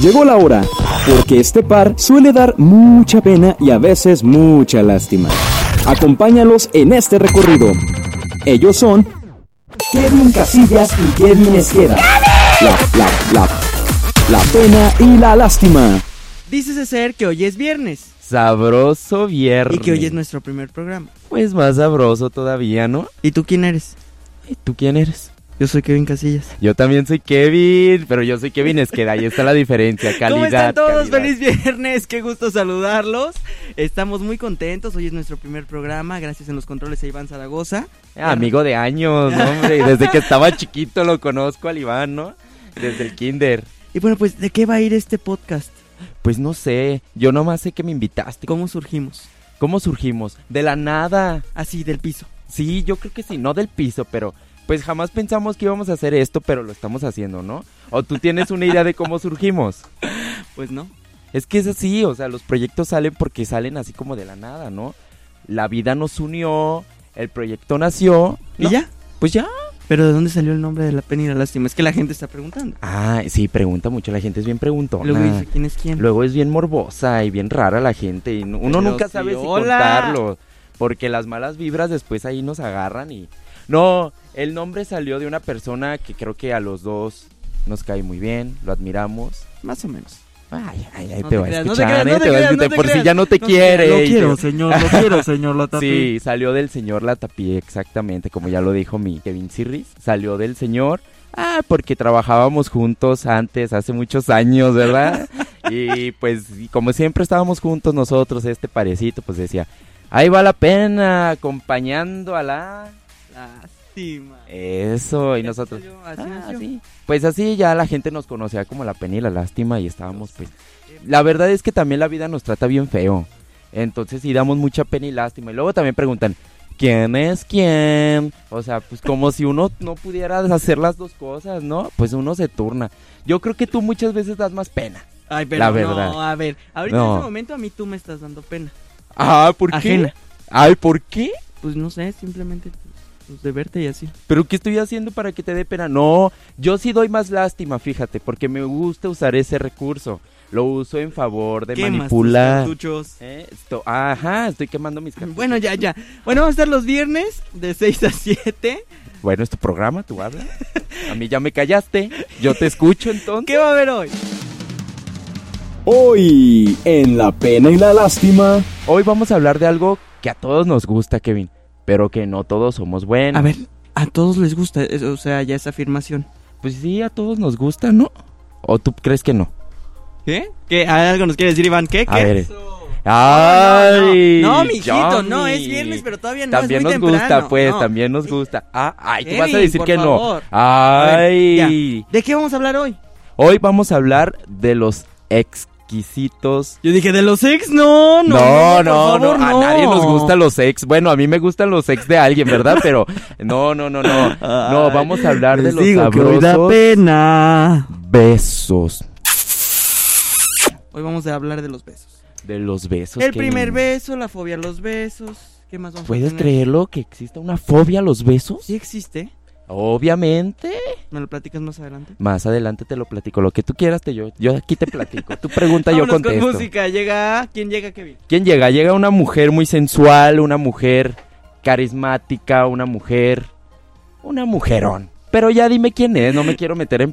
Llegó la hora, porque este par suele dar mucha pena y a veces mucha lástima. Acompáñalos en este recorrido. Ellos son Kevin Casillas y Kevin Esqueda. La, la, la, la pena y la lástima. Dices ser que hoy es viernes Sabroso viernes. y que hoy es nuestro primer programa. Pues más sabroso todavía, ¿no? ¿Y tú quién eres? ¿Y tú quién eres? Yo soy Kevin Casillas. Yo también soy Kevin, pero yo soy Kevin Esqueda, ahí está la diferencia, calidad. ¿Cómo están todos? calidad. Feliz viernes, qué gusto saludarlos. Estamos muy contentos, hoy es nuestro primer programa, gracias en los controles a Iván Zaragoza. Ah, amigo de años, ¿no, hombre, desde que estaba chiquito lo conozco al Iván, ¿no? Desde el kinder. Y bueno, pues, ¿de qué va a ir este podcast? Pues no sé, yo nomás sé que me invitaste. ¿Cómo, ¿Cómo surgimos? cómo surgimos? De la nada. Así, del piso. Sí, yo creo que sí, no del piso, pero pues jamás pensamos que íbamos a hacer esto, pero lo estamos haciendo, ¿no? ¿O tú tienes una idea de cómo surgimos? Pues no. Es que es así, o sea, los proyectos salen porque salen así como de la nada, ¿no? La vida nos unió, el proyecto nació. ¿Y ¿no? ya? Pues ya. ¿Pero de dónde salió el nombre de la pena y la lástima? Es que la gente está preguntando. Ah, sí, pregunta mucho, la gente es bien preguntona. Luego dice, ¿quién es quién? Luego es bien morbosa y bien rara la gente y no- uno Pero nunca sí, sabe si hola. contarlo porque las malas vibras después ahí nos agarran y no el nombre salió de una persona que creo que a los dos nos cae muy bien lo admiramos Más o menos. ay ay ay No te te va a creas, no te escuchar creas, no eh, te te va a creas, no escuchar, te por si creas. ya no te No te creas, quiere lo y te- quiero, señor, lo quiero, señor Latapí. Sí, salió del señor Latapí, exactamente, como ya lo dijo mi Kevin Sirris. Salió del señor, ah, porque trabajábamos juntos antes, hace muchos años, ¿verdad? y pues, y como siempre estábamos juntos nosotros, este parecito, pues decía, ahí va la pena, acompañando a la... Lástima. Eso, y Así nosotros... salió, así "Ah, nació. sí". Pues así ya la gente nos conocía como la pena y la lástima y estábamos pues... La verdad es que también la vida nos trata bien feo. Entonces sí damos mucha pena y lástima. Y luego también preguntan, ¿quién es quién? O sea, pues como si uno no pudiera hacer las dos cosas, ¿no? Pues uno se turna. Yo creo que tú muchas veces das más pena. Ay, pero La no, verdad. a ver. Ahorita en No. este momento a mí tú me estás dando pena. Ah, ¿por Ajena. Ay, ¿por qué? Pues no sé, simplemente pues, pues, de verte y así. ¿Pero qué estoy haciendo para que te dé pena? No, yo sí doy más lástima, fíjate, porque me gusta usar ese recurso. Lo uso en favor de Quemas tus manipular. cartuchos. Eh, esto- ajá, estoy quemando mis cartuchos. Bueno, ya, ya. Bueno, vamos a estar los viernes de 6 a 7. Bueno, es tu programa, tú hablas. A mí ya me callaste. Yo te escucho entonces. ¿Qué va a haber hoy? Hoy, en La pena y la lástima, Hoy vamos a hablar de algo que a todos nos gusta, Kevin, pero que no todos somos buenos. A ver, a todos les gusta, es- o sea, ya esa afirmación. Pues sí, a todos nos gusta, ¿no? ¿O tú crees que no? ¿Qué? ¿Qué? ¿Algo nos quiere decir Iván? ¿Qué? A ¿Qué? ver. Eso. ¡Ay! No, no, no. No, mijito, no, Johnny. es viernes, pero todavía no, También es muy nos gusta, temprano. pues, No. también nos gusta. Ah, ay, tú vas a Kevin, decir por que favor. no. A ver, Ay. ya. ¿De qué vamos a hablar hoy? Hoy vamos a hablar de los exquisitos Yo dije, de los ex, no, no. No, por no, no, favor, a no. nadie nos gustan los ex. Bueno, a mí me gustan los ex de alguien, ¿verdad? Pero no, no, no, no. No, vamos a hablar de Les los digo que hoy da sabrosos pena. besos. Hoy vamos a hablar de los besos. De los besos. El que- primer beso, la fobia a los besos. ¿Qué más vamos a ¿Puedes tener? creerlo que exista una fobia a los besos? Sí existe. Obviamente. ¿Me lo platicas más adelante? Más adelante te lo platico. Lo que tú quieras, te yo, yo aquí te platico. Tú pregunta, yo Vámonos con contesto. música. Llega. ¿Quién llega, Kevin? ¿Quién llega? Llega una mujer muy sensual, una mujer carismática, una mujer. Una mujerón. Pero ya dime quién es, no me quiero meter en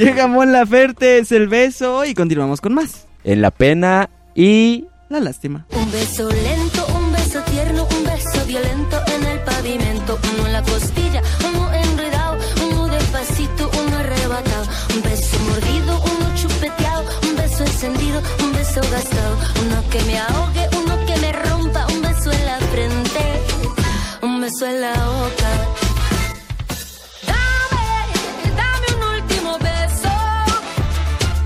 Llega Mon Laferte, es el beso. Y continuamos con más. En la pena y. La lástima. Un beso lento, un beso tierno, un beso violento en el pavimento, uno en la costilla, uno enredado, uno despacito, uno arrebatado, un beso mordido, uno chupeteado, un beso encendido, un beso gastado, uno que me ahogue, uno que me rompa, un beso en la frente, un beso en la boca. Dame, dame un último beso,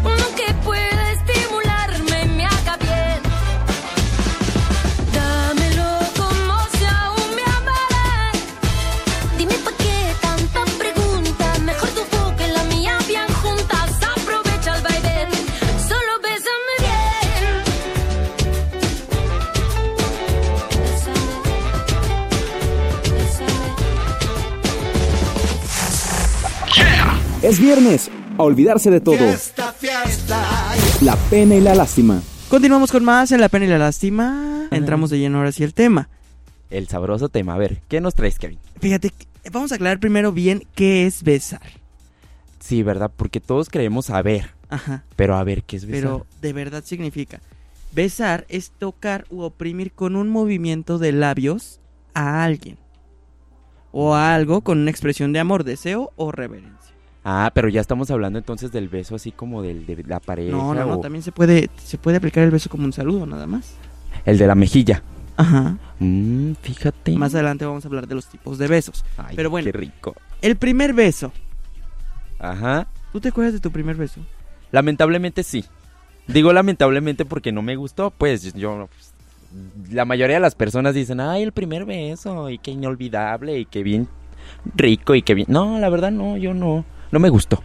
uno que pueda estimularme y me haga bien. Dámelo como si aún me amaras. Dime pa' qué tanta pregunta. Mejor tu boca y la mía bien juntas. Aprovecha el baile. Solo bésame bien. Bésame. Bésame. es viernes, a olvidarse de todo. Esta fiesta, La pena y la lástima. Continuamos con más en La Pena y la Lástima. Entramos de lleno ahora sí al tema. El sabroso tema. A ver, ¿qué nos traes, Kevin? Fíjate, vamos a aclarar primero bien qué es besar. Sí, ¿verdad? Porque todos creemos saber. Ajá. Pero a ver, ¿qué es besar? Pero de verdad significa. Besar es tocar u oprimir con un movimiento de labios a alguien. O a algo con una expresión de amor, deseo o reverencia. Ah, pero ya estamos hablando entonces del beso así como del de la pareja. No, no, no, o también se puede, se puede aplicar el beso como un saludo, nada más. El de la mejilla. Ajá. Mm, fíjate. Más adelante vamos a hablar de los tipos de besos. Ay, pero bueno. Qué rico. El primer beso. Ajá. ¿Tú te acuerdas de tu primer beso? Lamentablemente sí. Digo lamentablemente porque no me gustó, pues yo... pues, la mayoría de las personas dicen, ay, el primer beso, y qué inolvidable, y qué bien rico, y qué bien... No, la verdad no, yo no. No me gustó.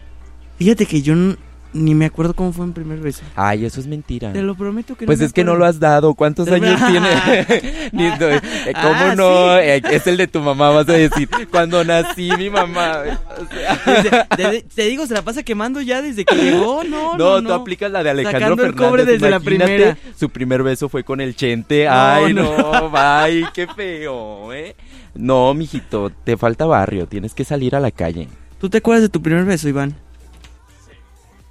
Fíjate que yo n- ni me acuerdo cómo fue mi primer beso. Ay, eso es mentira. Te lo prometo que no Pues me es que no lo acuerdo. has dado. ¿Cuántos Te lo- años tiene? Ni- no, eh, ¿Cómo Ah, no? sí. Eh, Es el de tu mamá, vas a decir. Cuando nací, mi mamá. O sea, Desde- desde- te digo, se la pasa quemando ya desde que llegó. No, no, no, no. tú aplicas la de Alejandro Sacando el Fernández. cobre desde la imagínate, primera. Su primer beso fue con el chente. No, Ay, no. no, ay, qué feo, ¿eh? No, mijito, te falta barrio. Tienes que salir a la calle. ¿Tú te acuerdas de tu primer beso, Iván?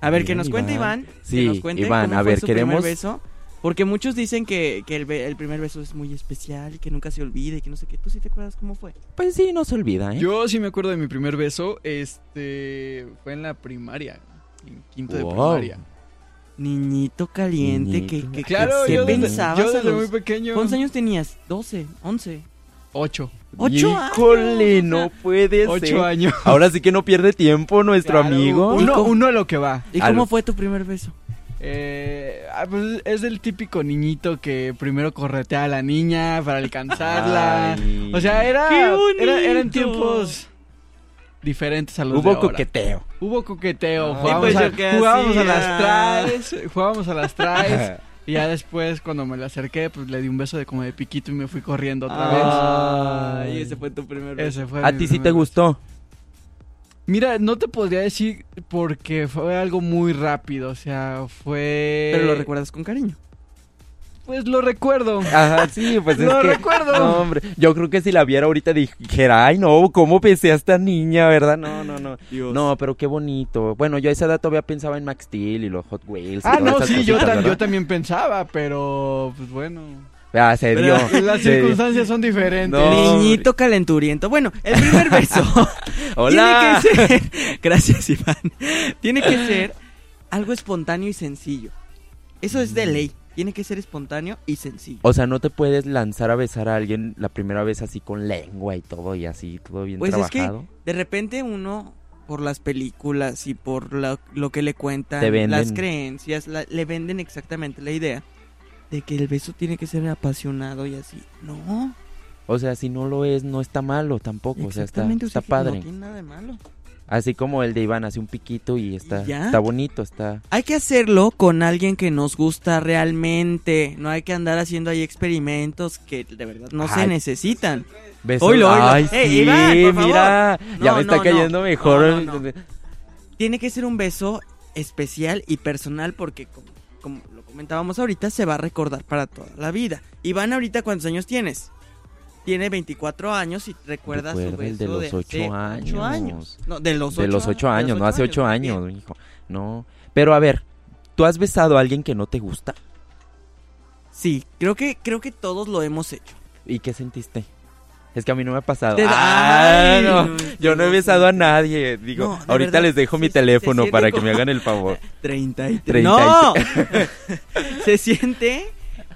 A ver, que Bien, nos cuente Iván. Iván. que Sí, nos cuente Iván, cómo a fue ver, su primer queremos- beso, porque muchos dicen que, que el, be- el primer beso es muy especial, que nunca se olvida y que no sé qué. ¿Tú sí te acuerdas cómo fue? Pues sí, no se olvida, ¿eh? Yo sí me acuerdo de mi primer beso, este fue en la primaria, en quinto Wow. de primaria. Niñito caliente, Niñito. que, que- Claro, que ¿Qué yo desde, pensabas yo a desde los- muy pequeño. ¿Cuántos años tenías? ¿12? ¿11? Ocho. ¡Ocho años! Híjole, no puede ser. Ocho años. Ahora sí que no pierde tiempo nuestro Claro, amigo. ¿Y Uno, cómo? uno a lo que va. ¿Y Al- cómo fue tu primer beso? Eh, ah, pues es el típico niñito que primero corretea a la niña para alcanzarla. Ay. O sea, era, ¡Qué era- eran bonito! tiempos diferentes a los de Hubo ahora. coqueteo. Hubo coqueteo. Ah. Jugábamos, Sí, pues, a, yo qué jugábamos a hacía. las traes. Jugábamos a las traes. y ya después, cuando me le acerqué, pues le di un beso de como de piquito y me fui corriendo otra Ay, Ay. ese fue tu primer vez. beso. Ese fue ¿A mi ti sí primer te beso. gustó? Mira, no te podría decir porque fue algo muy rápido. O sea, fue. Pero lo recuerdas con cariño. Pues lo recuerdo. Ajá, sí, pues Lo es que... recuerdo. No, hombre, yo creo que si la viera ahorita dijera, ay, no, ¿cómo pensé a esta niña, verdad? No, no, no. No, pero qué bonito. Bueno, yo a esa edad todavía pensaba en Max Steel y los Hot Wheels. y Ah, todas no, esas sí, yo, cositas, tam- yo ¿verdad? también pensaba, pero pues bueno. Ah, se dio. Las se dio. circunstancias son diferentes. No, Niñito calenturiento. Bueno, el primer beso. Hola. Tiene que ser. Gracias, Iván. Tiene que ser algo espontáneo y sencillo. Eso es de Mm. ley. Tiene que ser espontáneo y sencillo. O sea, no te puedes lanzar a besar a alguien la primera vez así con lengua y todo y así, todo bien Pues es que- trabajado. De repente uno, por las películas y por la- lo que le cuentan, Te venden. las creencias, la- le venden exactamente la idea de que el beso tiene que ser apasionado y así. No, O sea, si no lo es, no está malo tampoco. O sea, está, exactamente. o sea está que padre. No tiene nada de malo. Así como el de Iván, hace un piquito y está, ¿Y ya? está bonito, está. Hay que hacerlo con alguien que nos gusta realmente. No hay que andar haciendo ahí experimentos que de verdad no se Ay. necesitan. Beso- Oilo, oilo. Ay, Ey, sí, Iván, por favor. mira, ya No, me no, está no. cayendo mejor. No, el- no, no. Tiene que ser un beso especial y personal porque como, como lo comentábamos ahorita se va a recordar para toda la vida. Iván, ahorita ¿cuántos años tienes? Tiene 24 años y recuerda su Recuerda beso el de los ocho hace ocho años. años. No, de los 8 De los ocho años, no hace ocho muy bien. años, hijo. No, pero a ver, ¿tú has besado a alguien que no te gusta? Sí, creo que creo que todos lo hemos hecho. ¿Y qué sentiste? Es que a mí no me ha pasado. Te- Ah, Ay, no, no, yo no he no, besado sí. a nadie. Digo, No, de ahorita verdad, les dejo sí, mi sí, se teléfono siente para que como- me hagan el favor. 33. Treinta ¡No! se siente,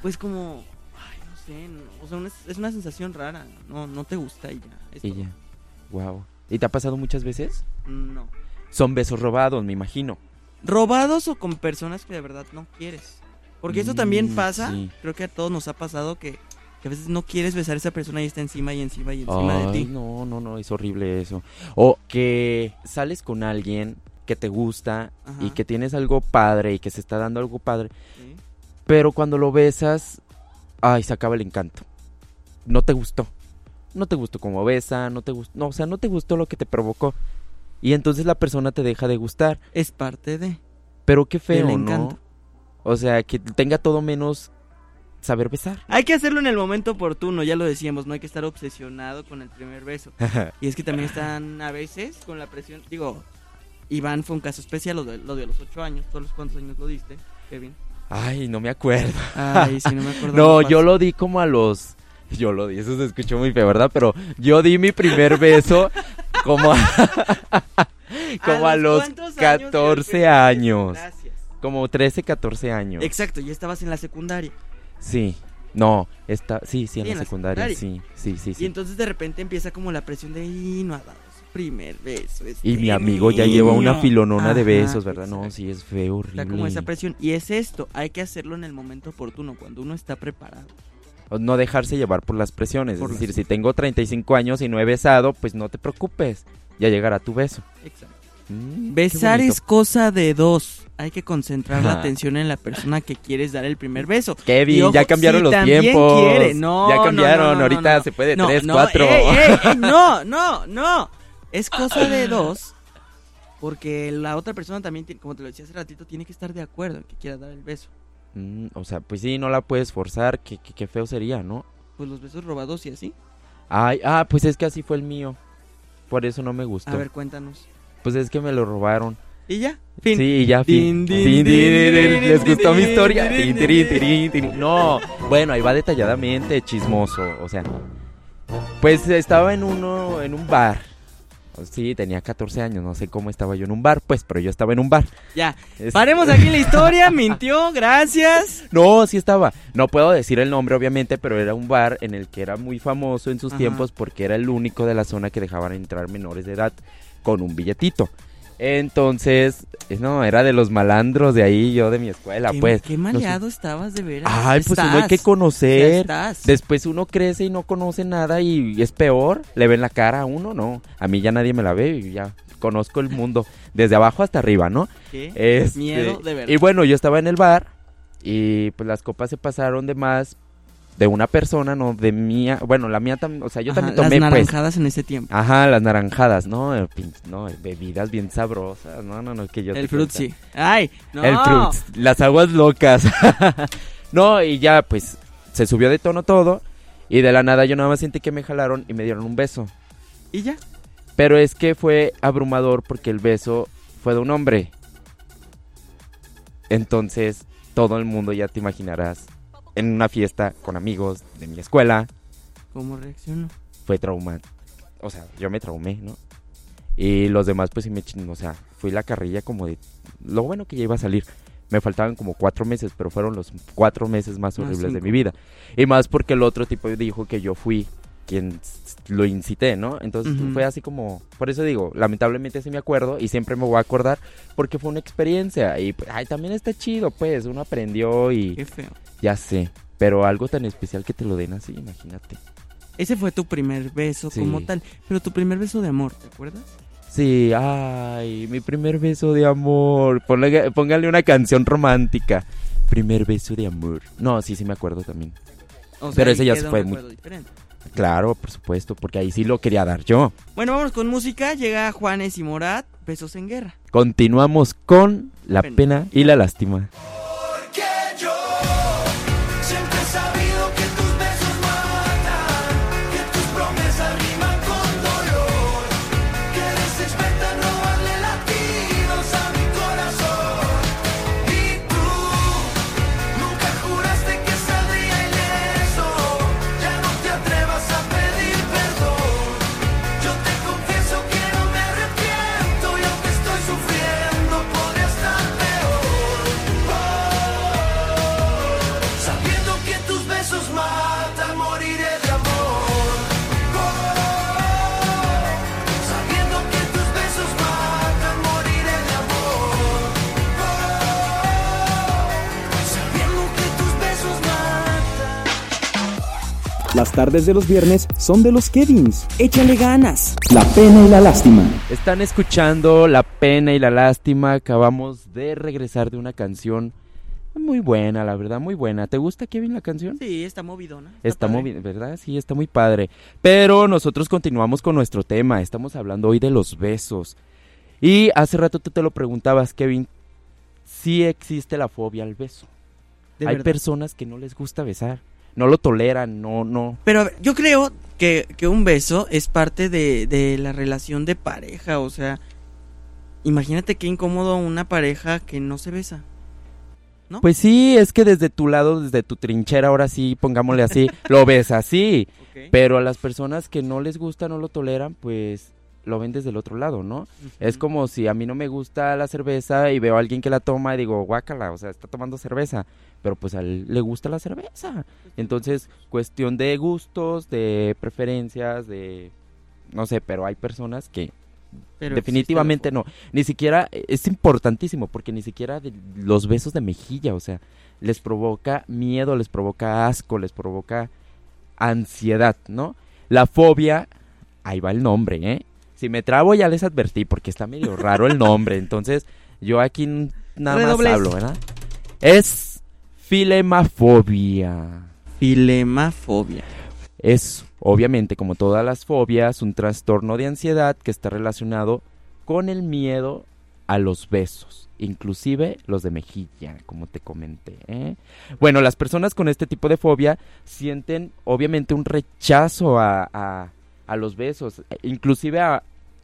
pues como. Ay, no sé. no, o sea, una- es una sensación rara. No, no te gusta y ya. es Y todo. ya. Wow. ¿Y te ha pasado muchas veces? No. Son besos robados, me imagino. Robados o con personas que de verdad no quieres. Porque eso también Mm, pasa. sí. Creo que a todos nos ha pasado que, que a veces no quieres besar a esa persona y está encima y encima y encima de Ay, ti. No, no, no, es horrible eso. O que sales con alguien que te gusta y Ajá. que tienes algo padre y que se está dando algo padre, ¿sí? pero cuando lo besas, ay, se acaba el encanto. No te gustó. No te gustó como besa, no te gustó, no, o sea, no te gustó lo que te provocó. Y entonces la persona te deja de gustar, Es parte de. pero qué Del feo, ¿no? encanto. O sea, que tenga todo menos saber besar. Hay que hacerlo en el momento oportuno, ya lo decíamos, no hay que estar obsesionado con el primer beso. Y es que también están a veces con la presión, digo, Iván fue un caso especial, lo, de, lo dio a los ocho años, ¿todos los cuántos años lo diste, Kevin? Ay, no me acuerdo. Ay, si no me acuerdo. No, me yo pasa. lo di como a los... Yo lo di, eso se escuchó muy feo, ¿verdad? Pero yo di mi primer beso como a, como a los cuántos años del 14 primer beso? años. Gracias. Como 13, 14 años. Exacto, ya estabas en la secundaria. Sí. No, está, sí, sí, en la secundaria, sí, sí, sí, Y sí. entonces de repente empieza como la presión de, y no ha dado su primer beso. este Y mi amigo ya lleva una niño". filonona de Ajá, besos, ¿verdad? No, exacto. sí, es feo, Está horrible. como esa presión. Y es esto, hay que hacerlo en el momento oportuno, cuando uno está preparado. No dejarse llevar por las presiones. Por es las- decir, si tengo 35 años y no he besado, pues no te preocupes, ya llegará tu beso. Exacto. Mm, qué Besar bonito. es cosa de dos. Hay que concentrar la Ajá. atención en la persona que quieres dar el primer beso. Kevin, Y ojo, ya cambiaron si los también tiempos. quiere. No, ya no, cambiaron, no, no, ahorita no. se puede No, 3, no, eh, 4. ey, ey, ey, no, no, no. Es cosa de dos. Porque la otra persona también, tiene- como te lo decía hace ratito, tiene que estar de acuerdo en que quiera dar el beso. Mm, o sea, pues sí, no la puedes forzar, qué, qué- qué feo sería, ¿no? Pues los besos robados y así. Ay, ah, pues es que así fue el mío. Por eso no me gustó. A ver, cuéntanos. Pues es que me lo robaron. Y ya, fin. Sí, y ya Din, fin. din, Tin, din, din, din, din, din. din, ¿Les din, gustó mi din, historia? din, Tin, din, tirin, din. tirin, tirin. No, bueno, ahí va detalladamente chismoso, o sea. Pues estaba en uno en un bar. Sí, tenía 14 años, no sé cómo estaba yo en un bar, pues, pero yo estaba en un bar. Ya. Es- Paremos aquí la historia, mintió, gracias. No, sí estaba. No puedo decir el nombre, obviamente, pero era un bar en el que era muy famoso en sus Ajá. tiempos porque era el único de la zona que dejaban entrar menores de edad con un billetito. Entonces, eh, no, era de los malandros de ahí, yo de mi escuela, qué, pues. qué No sé. maleado estabas de veras. Ay, pues uno hay Estás, que ya conocer. estás. Después uno crece y no conoce nada y es peor. Le ven la cara a uno, no. A mí ya nadie me la ve y ya conozco el mundo desde abajo hasta arriba, ¿no? ¿Qué? Este, Miedo de verdad. Y bueno, yo estaba en el bar y pues las copas se pasaron de más de una persona, no de mía. Bueno, la mía también, o sea, yo Ajá, también tomé Las pues. naranjadas en ese tiempo. Ajá, las naranjadas, ¿no? Eh, pin- No, eh, bebidas bien sabrosas, no, no, no, que yo El te fruit cuento. sí. Ay, no. El fruits, las aguas locas. no, y ya pues se subió de tono todo y de la nada yo nada más sentí que me jalaron y me dieron un beso. Y ya. Pero es que fue abrumador porque el beso fue de un hombre. Entonces, todo el mundo ya te imaginarás en una fiesta con amigos de mi escuela. ¿Cómo reaccionó? Fue trauma. O sea, yo me traumé, ¿no? Y los demás, pues sí me chin- O sea, fui la carrilla como de. Lo bueno que ya iba a salir. Me faltaban como cuatro meses, pero fueron los cuatro meses más Ah, horribles de cinco. mi vida. Y más porque el otro tipo dijo que yo fui quien s- lo incité, ¿no? Entonces Ujú. fue así como, por eso digo, lamentablemente sí me acuerdo y siempre me voy a acordar porque fue una experiencia y pues, ay, también está chido, pues uno aprendió Qué y feo. ya sé, pero algo tan especial que te lo den así, imagínate. Ese fue tu primer beso Sí. como tal. Pero tu primer beso de amor, ¿te acuerdas? Sí, ay, mi primer beso de amor. Ponle- póngale una canción romántica. Primer beso de amor. No, sí, sí me acuerdo también. O Pero ahí ese ya se queda un fue muy- recuerdo diferente. Claro, por supuesto, porque ahí sí lo quería dar yo. Bueno, vamos con música. Llega Juanes y Morat. Besos en guerra. Continuamos con la Pena. pena y la lástima. Porque yo siempre he sabido que tus besos matan, que tus promesas riman con dolor, que eres experta en robarle latidos a mi corazón. Y tú nunca juraste que saldría ileso, ya no te atrevas a pedir perdón. Yo te confieso que no me arrepiento y aunque estoy sufriendo podría estar peor. Oh. Sabiendo que tus besos matan, moriré de amor. Oh, sabiendo que tus besos matan, moriré de amor. Oh, sabiendo que tus besos matan. Las tardes de los viernes son de los Kevins. Échale ganas. La pena y la lástima. Están escuchando La pena y la lástima. Acabamos de regresar de una canción muy buena, la verdad, muy buena. ¿Te gusta, Kevin, la canción? Sí, está movidona. Está padre. muy bien, ¿verdad? Sí, está muy padre. Pero nosotros continuamos con nuestro tema. Estamos hablando hoy de los besos. Y hace rato tú te lo preguntabas, Kevin, si existe la fobia al beso. de Hay verdad. personas que no les gusta besar. No lo toleran, no, no. Pero a ver, yo creo que, que un beso es parte de, de la relación de pareja, o sea, imagínate qué incómodo una pareja que no se besa. Pues sí, es que desde tu lado, desde tu trinchera, ahora sí, pongámosle así, lo ves así. Pero a las personas que no les gusta, no lo toleran, pues lo ven desde el otro lado, ¿no? Es como si a mí no me gusta la cerveza y veo a alguien que la toma y digo, guácala, o sea, está tomando cerveza. Pero pues a él le gusta la cerveza. Entonces, cuestión de gustos, de preferencias, de... No sé, pero hay personas que Pero Definitivamente sí no. Ni siquiera, eh, es importantísimo porque ni siquiera de- los besos de mejilla, o sea, les provoca miedo, les provoca asco, les provoca ansiedad, ¿no? La fobia, ahí va el nombre, ¿eh? Si me trabo ya les advertí porque está medio raro el nombre, entonces yo aquí n- nada Redobles. más hablo, ¿verdad? Es filemafobia. te la- Filemafobia. Es, obviamente, como todas las fobias, un trastorno de ansiedad que está relacionado con el miedo a los besos, inclusive los de mejilla, como te comenté. ¿eh? Bueno, las personas con este tipo de fobia sienten, obviamente, un rechazo a, a- a los besos, e- inclusive a-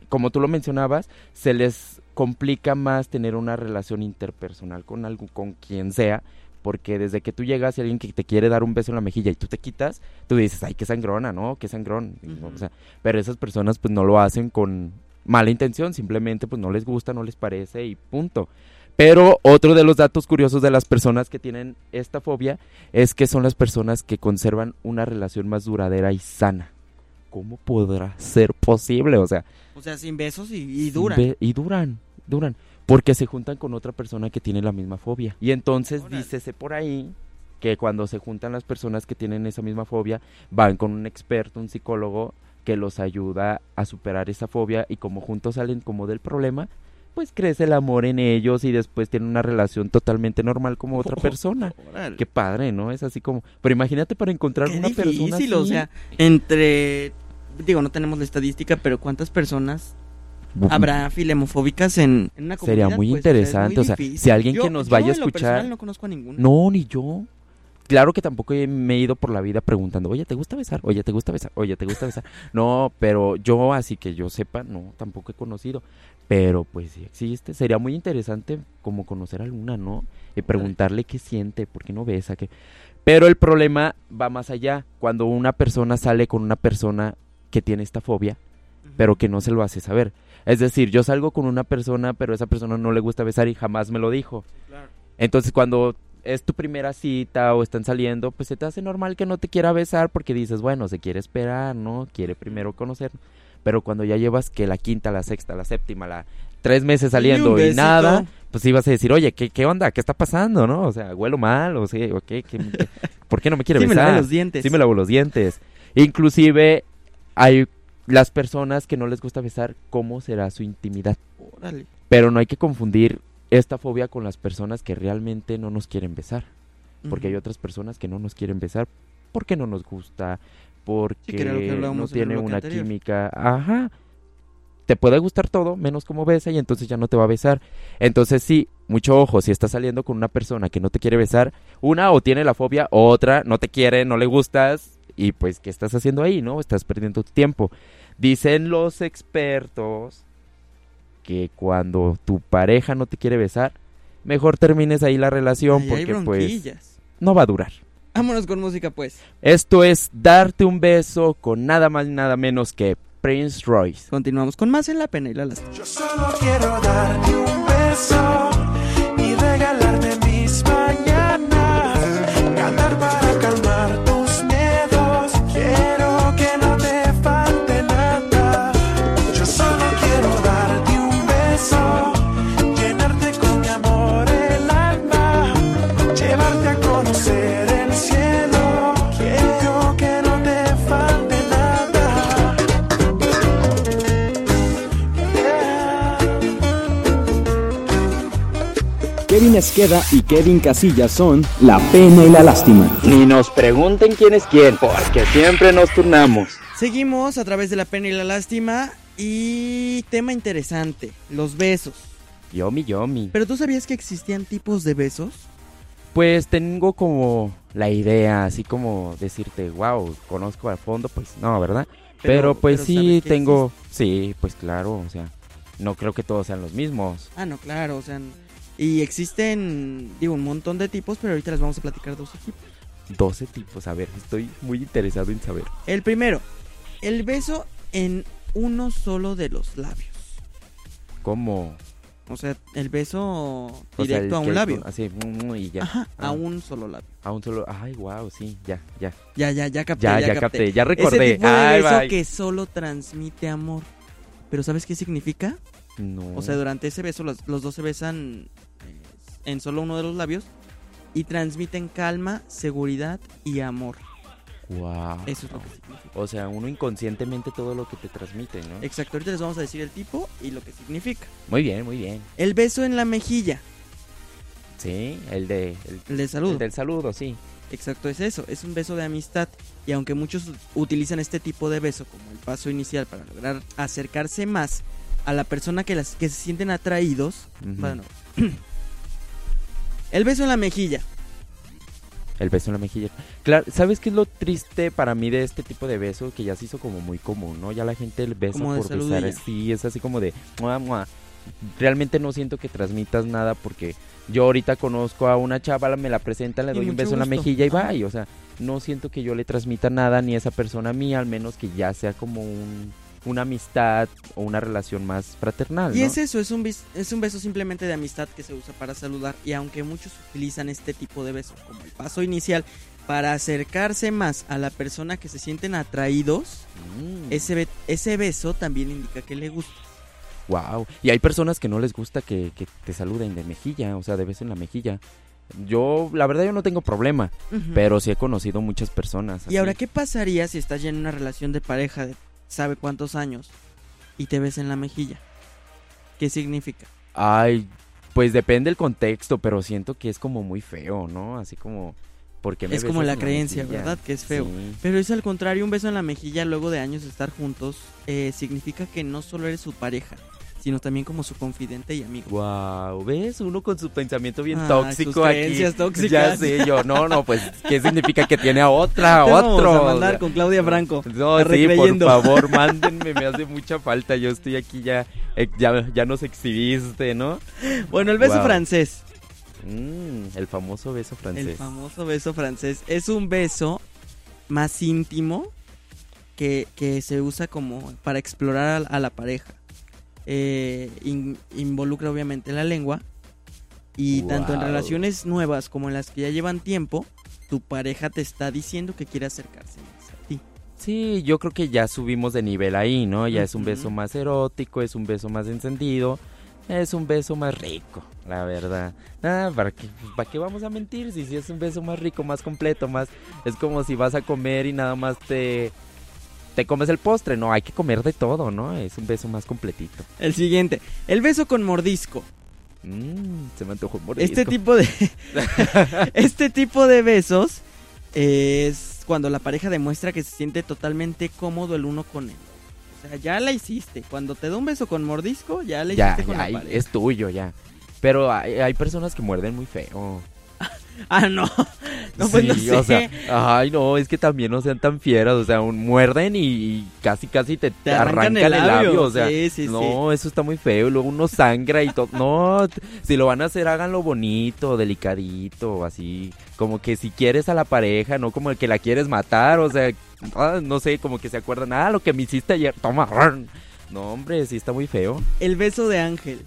Como tú lo mencionabas, se les complica más tener una relación interpersonal con algo, con quien sea, porque desde que tú llegas y alguien que te quiere dar un beso en la mejilla y tú te quitas, tú dices, ay, qué sangrona, ¿no? Qué sangrón. Y, Ujú. o sea, pero esas personas pues no lo hacen con mala intención, simplemente pues no les gusta, no les parece y punto. Pero otro de los datos curiosos de las personas que tienen esta fobia es que son las personas que conservan una relación más duradera y sana. ¿Cómo podrá ser posible? O sea, O sea, sin besos y, y dura. ve- Y duran, duran. Porque se juntan con otra persona que tiene la misma fobia. Y entonces Órale. dícese por ahí que cuando se juntan las personas que tienen esa misma fobia, van con un experto, un psicólogo, que los ayuda a superar esa fobia y como juntos salen como del problema, pues crece el amor en ellos y después tienen una relación totalmente normal como otra persona. Órale. Qué padre, ¿no? Es así como... Pero imagínate para encontrar Qué una persona difícil, o así. sea, entre... Digo, no tenemos la estadística, pero ¿cuántas personas habrá filemofóbicas en, en una comunidad? Sería muy Pues, interesante, o sea, difícil. si alguien Yo- que nos yo vaya a en lo escuchar- personal no conozco a ninguno. No, ni yo. Claro que tampoco he- me he ido por la vida preguntando, oye, ¿te gusta besar? Oye, ¿te gusta besar? Oye, ¿te gusta besar? No, pero yo, así que yo sepa, no, tampoco he conocido. Pero pues sí existe. Sería muy interesante como conocer a alguna, ¿no? Y preguntarle qué siente, por qué no besa, qué... Pero el problema va más allá. Cuando una persona sale con una persona que tiene esta fobia, Ujú. pero que no se lo hace saber. Es decir, yo salgo con una persona, pero a esa persona no le gusta besar y jamás me lo dijo. claro. Entonces, cuando es tu primera cita o están saliendo, pues se te hace normal que no te quiera besar porque dices, bueno, se quiere esperar, ¿no? Quiere primero conocer. Pero cuando ya llevas que la quinta, la sexta, la séptima, la tres meses Y un saliendo y, besito. nada, pues ibas a decir, oye, ¿qué, qué onda? ¿Qué está pasando, no? O sea, huelo mal, o sea, ¿o qué? ¿Qué- qué- ¿por qué no me quiere Sí, me besar? lavé los dientes. Sí me lavo los dientes. Inclusive hay las personas que no les gusta besar, ¿cómo será su intimidad? Órale. Pero no hay que confundir esta fobia con las personas que realmente no nos quieren besar. Porque hay Ujú. otras personas que no nos quieren besar porque no nos gusta, porque que era lo que no hablábamos en el tiene bloque una anterior. química. Ajá. Te puede gustar todo, menos como besa, y entonces ya no te va a besar. Entonces sí, mucho ojo, si estás saliendo con una persona que no te quiere besar, una o tiene la fobia, o otra no te quiere, no le gustas, y pues, ¿qué estás haciendo ahí, no? Estás perdiendo tu tiempo. Dicen los expertos que cuando tu pareja no te quiere besar, mejor termines ahí la relación Ay, hay porque pues bronquillas. no va a durar. Vámonos con música, pues. Esto es Darte un beso con nada más y nada menos que Prince Royce. Continuamos con más en la pena y la lástima. Yo solo quiero darte un beso y regalarte mis mañanas, cantar para calmar tus miedos. Quiero que no te falte nada. Yo solo quiero darte un beso, llenarte con mi amor el alma, llevarte a conocer el cielo. Quiero que no te falte nada. Yeah. Kevin Esqueda y Kevin Casillas son La Pena y la Lástima. Ni nos pregunten quién es quién, porque siempre nos turnamos. Seguimos a través de la pena y la lástima. Y tema interesante, los besos. Yomi, yomi. ¿Pero tú sabías que existían tipos de besos? Pues tengo como la idea, así como decirte, wow, conozco al fondo, pues no, ¿verdad? Pero, pues pero sí sabes que tengo, sí, pues claro, o sea, no creo que todos sean los mismos. Ah, no, claro, o sea, n- y existen, digo, un montón de tipos, pero ahorita les vamos a platicar dos equipos. 12 tipos, a ver, estoy muy interesado en saber. El primero, el beso en uno solo de los labios. ¿Cómo? O sea, el beso O sea, directo el a un que- labio. Así, mm, mm, y ya. Ajá, Ah, a un solo labio. a un solo, ay, wow, sí, ya, ya. Ya, ya, ya capté, Ya, ya, ya, capté. ya Ese recordé. tipo de Ay, beso bye. que solo transmite amor. Pero ¿sabes qué significa? No. O sea, durante ese beso los, los dos se besan eh, en solo uno de los labios y transmiten calma, seguridad y amor. Wow. Eso es lo que significa. O sea, uno inconscientemente todo lo que te transmite, ¿no? Exacto, ahorita les vamos a decir el tipo y lo que significa. Muy bien, muy bien. El beso en la mejilla, Sí, el de el, el de saludo. el del saludo, sí. Exacto, es eso, es un beso de amistad. Y aunque muchos u- utilizan este tipo de beso como el paso inicial para lograr acercarse más a la persona que, las, que se sienten atraídos, Ujú. bueno, el beso en la mejilla. El beso en la mejilla. Claro, ¿sabes qué es lo triste para mí de este tipo de beso que ya se hizo como muy común, ¿no? Ya la gente el besa Como de por saludo y besar ya. así, es así como de "Mua, mua". Realmente no siento que transmitas nada porque yo ahorita conozco a una chava, me la presentan, le Y doy un mucho beso en la gusto. mejilla y Ajá. va, o sea, no siento que yo le transmita nada ni a esa persona a mí, al menos que ya sea como un- una amistad o una relación más fraternal, Y ¿no? es eso, es un, bis- es un beso simplemente de amistad que se usa para saludar. Y aunque muchos utilizan este tipo de beso como el paso inicial para acercarse más a la persona que se sienten atraídos, Mm. ese, be- ese beso también indica que le gusta. Wow. Y hay personas que no les gusta que, que te saluden de mejilla, o sea, de vez en la mejilla. Yo, la verdad, yo no tengo problema, Ujú. pero sí he conocido muchas personas. ¿Y ahora qué pasaría si estás ya en una relación de pareja de sabe cuántos años y te ves en la mejilla? ¿Qué significa? Ay, pues depende el contexto, pero siento que es como muy feo, ¿no? Así como. Porque me Es como besas la en creencia, mejilla? ¿verdad? Que es feo. Sí. Pero es al contrario, un beso en la mejilla luego de años de estar juntos eh, significa que no solo eres su pareja, sino también como su confidente y amigo. Wow, ¿ves? Uno con su pensamiento bien Ah, sus tóxico aquí. creencias tóxicas. Ya sé, yo, no, no, pues, ¿qué significa que tiene a otra, a Te vamos Ah, otro? a mandar O sea, con Claudia Franco. No, sí, por recreyendo. favor, mándenme, me hace mucha falta. Yo estoy aquí ya, eh, ya, ya nos exhibiste, ¿no? Bueno, el beso Wow. francés. Mm, el famoso beso francés. El famoso beso francés. Es un beso más íntimo que, que se usa como para explorar a, a la pareja. Eh, in- involucra obviamente la lengua. Y tanto en Guau. relaciones nuevas como en las que ya llevan tiempo, tu pareja te está diciendo que quiere acercarse más a ti. Sí, yo creo que ya subimos de nivel ahí, ¿no? Ya es un Ujú. beso más erótico, es un beso más encendido, es un beso más rico, la verdad. Ah, ¿para qué, ¿para qué vamos a mentir? Si, si es un beso más rico, más completo, más... Es como si vas a comer y nada más te... Te comes el postre, no, hay que comer de todo, ¿no? Es un beso más completito. El siguiente, el beso con mordisco. Mm, se me antojó un Este mordisco. tipo de. este tipo de besos es cuando la pareja demuestra que se siente totalmente cómodo el uno con el otro. O sea, ya la hiciste. Cuando te da un beso con mordisco, ya la ya, hiciste con ya, la ahí, pareja. es tuyo ya. Pero hay, hay personas que muerden muy feo. Ah, no. No, pues no Sí, o sé. sea, ay no, es que también no sean tan fieras, o sea, un, muerden y, y casi casi te, Te arrancan el labio. o sea, Sí, sí, sí. no, eso está muy feo, y luego uno sangra y todo, no, t- si lo van a hacer háganlo bonito, delicadito, así, como que si quieres a la pareja, no como el que la quieres matar, o sea, ah, no sé, como que se acuerdan, ah, lo que me hiciste ayer, toma, ran. no hombre, sí está muy feo, El beso de ángel.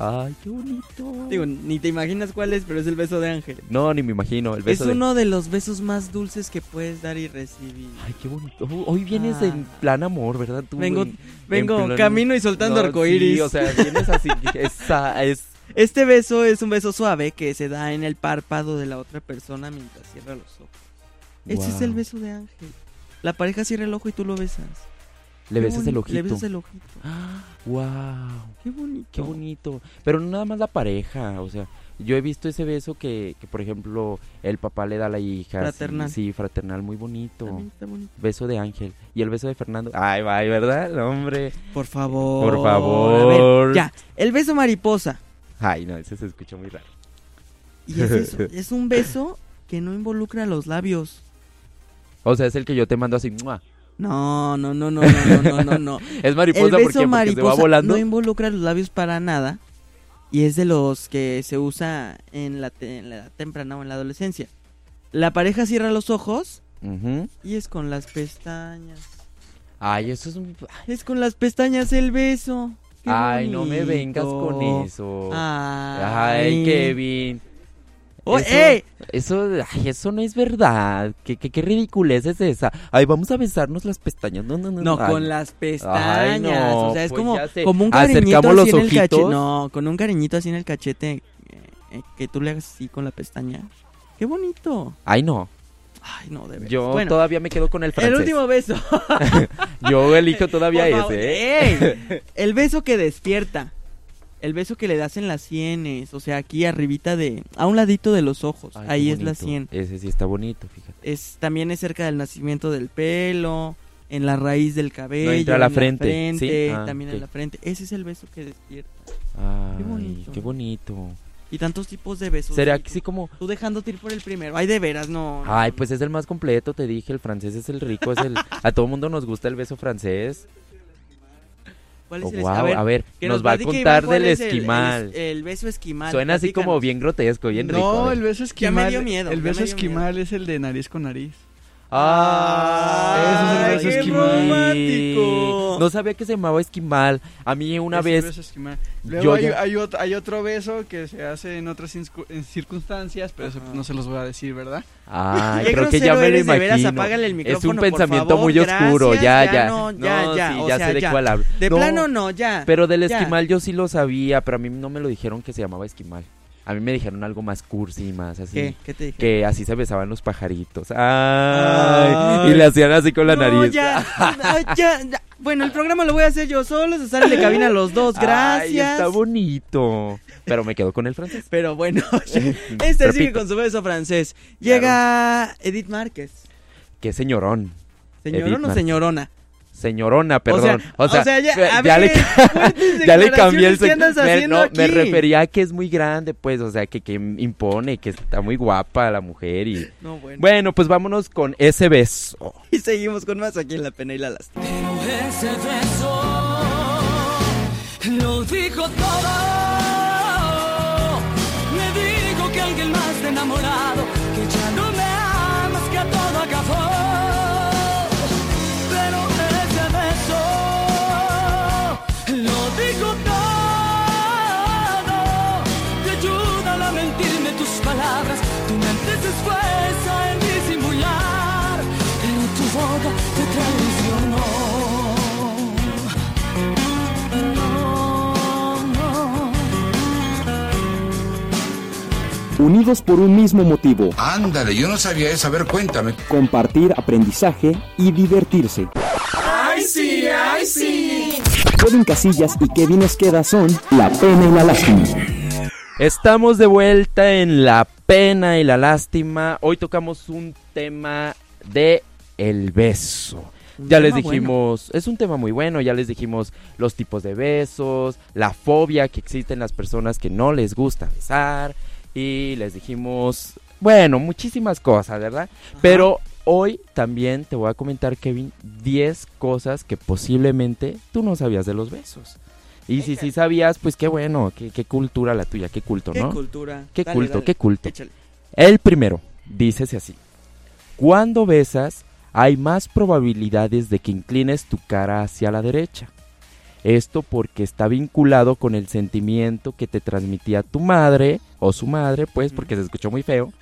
ay, qué bonito, Digo, ni te imaginas cuál es, pero es el beso de ángel. no, ni me imagino, el beso es de- uno de los besos más dulces que puedes dar y recibir. Ay, qué bonito. Hoy- Hoy vienes Ah. en plan amor, ¿verdad? Tú, Vengo- en- Vengo, en plan- camino y soltando No, arcoíris. Sí, o sea, vienes así. esa, es... Este beso es un beso suave que se da en el párpado de la otra persona mientras cierra los ojos. Ese es el Guau. beso de Ángel. La pareja cierra el ojo y tú lo besas. Le Qué besas el boni- ojito. Le besas el ojito. Wow, Qué bonito. qué bonito. Pero no nada más la pareja, o sea, yo he visto ese beso que, que por ejemplo, el papá le da a la hija. sí, Fraternal. Sí, fraternal, muy bonito. También está bonito. Beso de Ángel. Y el beso de Fernando. Ay, ay, ¿verdad? No, hombre. Por favor. Por A ver, favor. ya. El beso mariposa. Ay, no, ese se escucha muy raro. Y es, eso, es un beso que no involucra los labios. O sea, es el que yo te mando así. ¡mua! No, no, no, no, no, no, no, no. Es mariposa El porque, beso porque se va mariposa volando. no involucra los labios para nada. Y es de los que se usa en la, te- en la edad temprana o en la adolescencia. La pareja cierra los ojos Ujú. y es con las pestañas. Ay, eso es un. Es con las pestañas el beso. Qué Ay, no me bonito. vengas con eso. Ay, Ay, Kevin. Oh, Eso- ey. Eso, ay, eso no es verdad. ¿Qué, qué, qué ridiculez es esa? Ay, vamos a besarnos las pestañas. No, no, no. No, Ay, con las pestañas. no, o sea, es pues como, ya sé. como un cariñito Acercamos así los en el cachete. ojitos. No, con un cariñito así en el cachete eh, eh, que tú le hagas así con la pestaña. Qué bonito. Ay, no. Ay, no, de veras. Yo Bueno, todavía me quedo con el francés. El último beso. Yo elijo todavía Por favor. ese, ¿eh? ¡Ey! El beso que despierta. El beso que le das en las sienes. O sea, aquí arribita de. A un ladito de los ojos. Ay, qué Ahí es la bonito. sien. Ese sí está bonito, fíjate. Es, también es cerca del nacimiento del pelo. En la raíz del cabello. entra a la en frente, frente, ¿sí? Ah, también ok. en la frente. Ese es el beso que despierta. Ay, qué bonito. bonito. Qué bonito. Y tantos tipos de besos. Sería y tú- así como. Tú dejándote ir por el primero. Ay, de veras, no. no, Ay, no. pues es el más completo, te dije. El francés es el rico, es el. A todo mundo nos gusta el beso francés. ¿Cuál Oh, es el- guau, a ver, que nos, va a platique Iván contar cuál del es el- el- esquimal. El, beso esquimal. Suena así como platícanos. bien grotesco, bien rico. no, a ver. el beso Ya esquimal. me dio miedo, el ya beso me dio esquimal es el de nariz con nariz. Ah, Ay, ese es qué el beso esquimal. romántico. No sabía que se llamaba esquimal. A mí una Es el vez. beso esquimal. Luego yo hay, ya- hay ot- hay otro beso que se hace en otras circu- en circunstancias, pero eso Ajá. no se los voy a decir, ¿verdad? Ay, Qué creo que ya grosero me lo eres, de veras, imagino. apágale el es un micrófono, por pensamiento favor, muy oscuro. gracias, ya, ya, ya. no, ya, ya, sí, o ya sea, sé de ya. cuál hablo. De No, plano no, ya. Pero del ya. esquimal yo sí lo sabía, pero a mí no me lo dijeron que se llamaba esquimal. A mí me dijeron algo más cursi, más así. ¿Qué? ¿Qué te dije? Que así se besaban los pajaritos. Ay, Ay. Y le hacían así con la no, nariz. Ya, ay, ya, ya. Bueno, el programa lo voy a hacer yo solo, se sale de cabina los dos, Pues, gracias. Ay, está bonito. Pero me quedo con el francés. Pero bueno, este sigue Repito, con su beso francés. Llega Edith Márquez. Qué señorón. Edith ¿Señorón o Márquez. señorona? Señorona, O sea, perdón. O sea, ya, a le, ver, fuertes ya le cambié declaraciones, el ¿qué andas sexo. Me, haciendo no, aquí? me refería a que es muy grande, pues, o sea, que, que impone, que está muy guapa la mujer. y No, bueno. Bueno, pues vámonos con ese beso. Y seguimos con más aquí en La Pena y la Lástima. Pero ese beso lo dijo todo. Me dijo que alguien más te ha enamorado, que ya no me amas, que todo acabó. Pero ese beso lo dijo todo. Te ayudan a mentirme tus palabras, tu mente se esfuerza en disimular, pero tu boca te traicionó. Unidos por un mismo motivo, Ándale, yo no sabía eso. A ver, cuéntame. compartir aprendizaje y divertirse. Kevin Casillas y Kevin Esqueda son La Pena y la Lástima. Estamos de vuelta en La pena y la lástima. Hoy tocamos un tema de el beso. Un Ya les tema bueno. dijimos, es un tema muy bueno, ya les dijimos los tipos de besos, la fobia que existe en las personas que no les gusta besar y les dijimos, bueno, muchísimas cosas, ¿verdad? Pero hoy también te voy a comentar, Kevin, 10 cosas que posiblemente tú no sabías de los besos. Y si sí sabías, pues qué bueno, qué, qué cultura la tuya, qué culto, Qué ¿no? cultura. Qué Dale, culto, dale. qué culto. Échale. El primero, dícese así. Cuando besas, hay más probabilidades de que inclines tu cara hacia la derecha. Esto porque está vinculado con el sentimiento que te transmitía tu madre, o su madre, pues, porque se escuchó muy feo,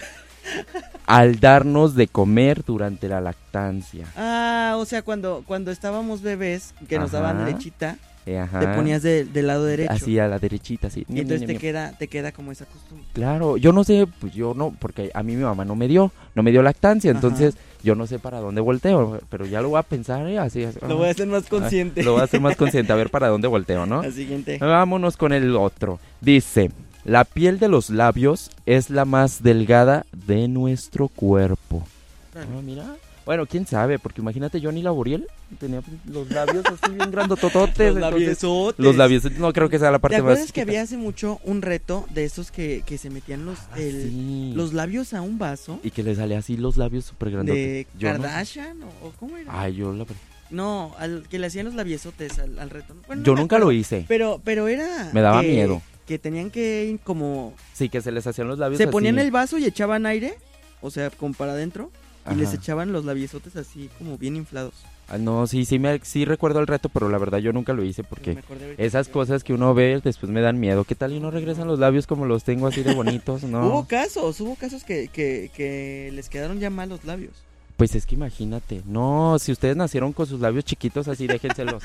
al darnos de comer durante la lactancia. Ah, o sea, cuando, cuando estábamos bebés, que nos daban Ajá. lechita, Eh, ajá. te ponías de- del lado derecho. así a la derechita, así. Y entonces te queda, te queda como esa costumbre. Claro, yo no sé, pues yo no, porque a mí mi mamá no me dio, no me dio lactancia, Ajá. entonces yo no sé para dónde volteo, pero ya lo voy a pensar eh, así. así, Lo voy a hacer más ah, consciente. Lo voy a hacer más consciente, a ver para dónde volteo, ¿no? La siguiente. Vámonos con el otro. Dice, la piel de los labios es la más delgada de nuestro cuerpo. Ah, mira. Bueno, quién sabe, porque imagínate Johnny Laboriel tenía los labios así bien grandotototes. Los entonces, labiosotes. los labios, no creo que sea la ¿Te parte acuerdas más. que había chiquita. hace mucho un reto de esos que, que se metían los, Ah, el- sí. los labios a un vaso? Y que le salía así los labios súper grandotes. De Yo no- Ah. Kardashian o o cómo era. Ay, yo la verdad- No, al que le hacían los labiosotes al, al reto. Bueno, Yo no me nunca acuerdo. lo hice. Pero, pero era. Me daba miedo. Que tenían que ir como. Sí, que se les hacían los labios Se ponían así. el vaso y echaban aire. O sea, como para adentro. Y les Ajá. echaban los labiosotes así como bien inflados. Ah, no, sí, sí, me, sí recuerdo el reto, pero la verdad yo nunca lo hice porque Me acordé ahorita. esas cosas que uno ve después me dan miedo. ¿Qué tal y no regresan los labios como los tengo así de bonitos? Hubo No. casos, hubo casos que, que, que les quedaron ya malos labios. Pues es que imagínate. No, si ustedes nacieron con sus labios chiquitos así, déjenselos.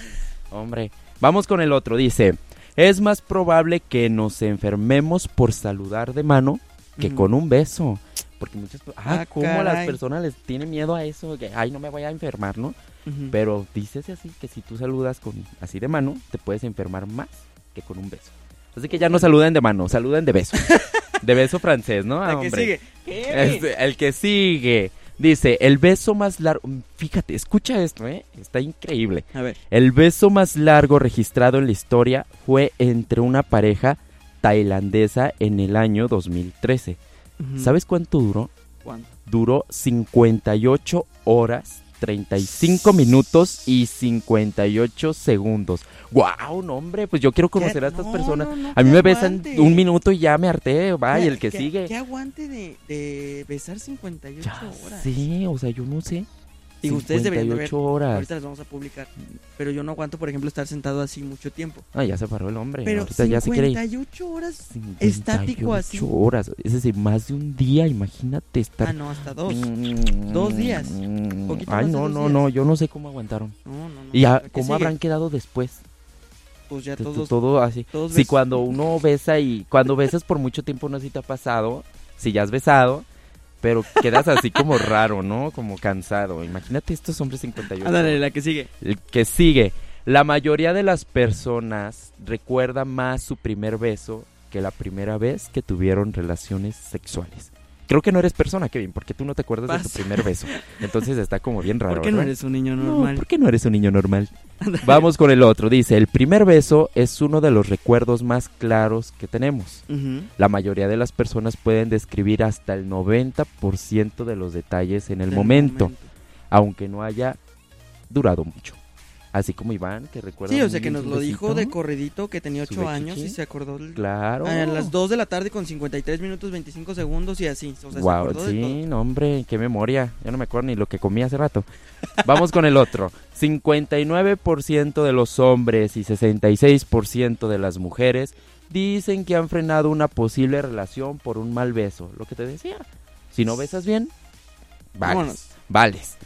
Hombre. Vamos con el otro. Dice, es más probable que nos enfermemos por saludar de mano que Ujú. con un beso. Porque muchas... Ah, Ah, cómo las caray. personas les tienen miedo a eso. Que, ay, no me voy a enfermar, ¿no? Ujú. Pero dices así que si tú saludas con así de mano, te puedes enfermar más que con un beso. Así que ya no saluden de mano, saluden de beso. De beso francés, ¿no? Ah, La que hombre. sigue. Este, el que sigue. Dice, el beso más largo... Fíjate, escucha esto, ¿eh? Está increíble. A ver. El beso más largo registrado en la historia fue entre una pareja tailandesa en el año 2013. Ujú. ¿Sabes cuánto duró? ¿Cuánto? duró 58 horas, 35 minutos y 58 segundos. ¡Wow! No, hombre, pues yo quiero conocer a estas No, personas. no, no, a mí que me besan aguante. un minuto y ya me harté, va, y Mira, el que sigue. Que aguante de, de besar 58 Ya horas. sí, o sea, yo no sé. Digo, ustedes deberían de ver. 58 horas. Ahorita las vamos a publicar. Pero yo no aguanto, por ejemplo, estar sentado así mucho tiempo. Ah, ya se paró el hombre. Pero ahorita ya se quiere ir. 58 horas. estático así. 58 horas. Es decir, más de un día, imagínate estar. Ah, no, hasta dos. Mm, Dos días. mm, Poquito Ay, más de no, dos no, días. no, yo no sé cómo aguantaron. No, no, no. ¿Y a- ¿Qué cómo sigue? habrán quedado después? Pues ya T- t- todos. todo así. todos Si besos. cuando uno besa y cuando besas por mucho tiempo no sé si te ha pasado, si ya has besado, pero quedas así como raro, ¿no? Como cansado. Imagínate estos hombres 58. Ándale, Ah, la que sigue. El que sigue. La mayoría de las personas recuerda más su primer beso que la primera vez que tuvieron relaciones sexuales. Creo que no eres persona, Kevin, porque tú no te acuerdas de tu Pasa. primer beso. Entonces está como bien raro. ¿Por qué no ¿no? eres un niño No, normal? ¿por qué no eres un niño normal? Ándale. Vamos con el otro. Dice, el primer beso es uno de los recuerdos más claros que tenemos. Ujú. La mayoría de las personas pueden describir hasta el 90% de los detalles en el Del momento, aunque no haya durado mucho. Así como Iván, que recuerda... Sí, o sea muy que bien nos su lo dijo besito. de corridito que tenía Su 8 años y bechichi. se acordó del- Claro. a las 2 de la tarde con 53 minutos 25 segundos y así. O sea, se wow, acordó de todo. sí, no, hombre, qué memoria. Yo no me acuerdo ni lo que comí hace rato. Vamos con el otro. 59% de los hombres y 66% de las mujeres dicen que han frenado una posible relación por un mal beso. Lo que te decía. Si no besas bien, vales. Vámonos. Vales.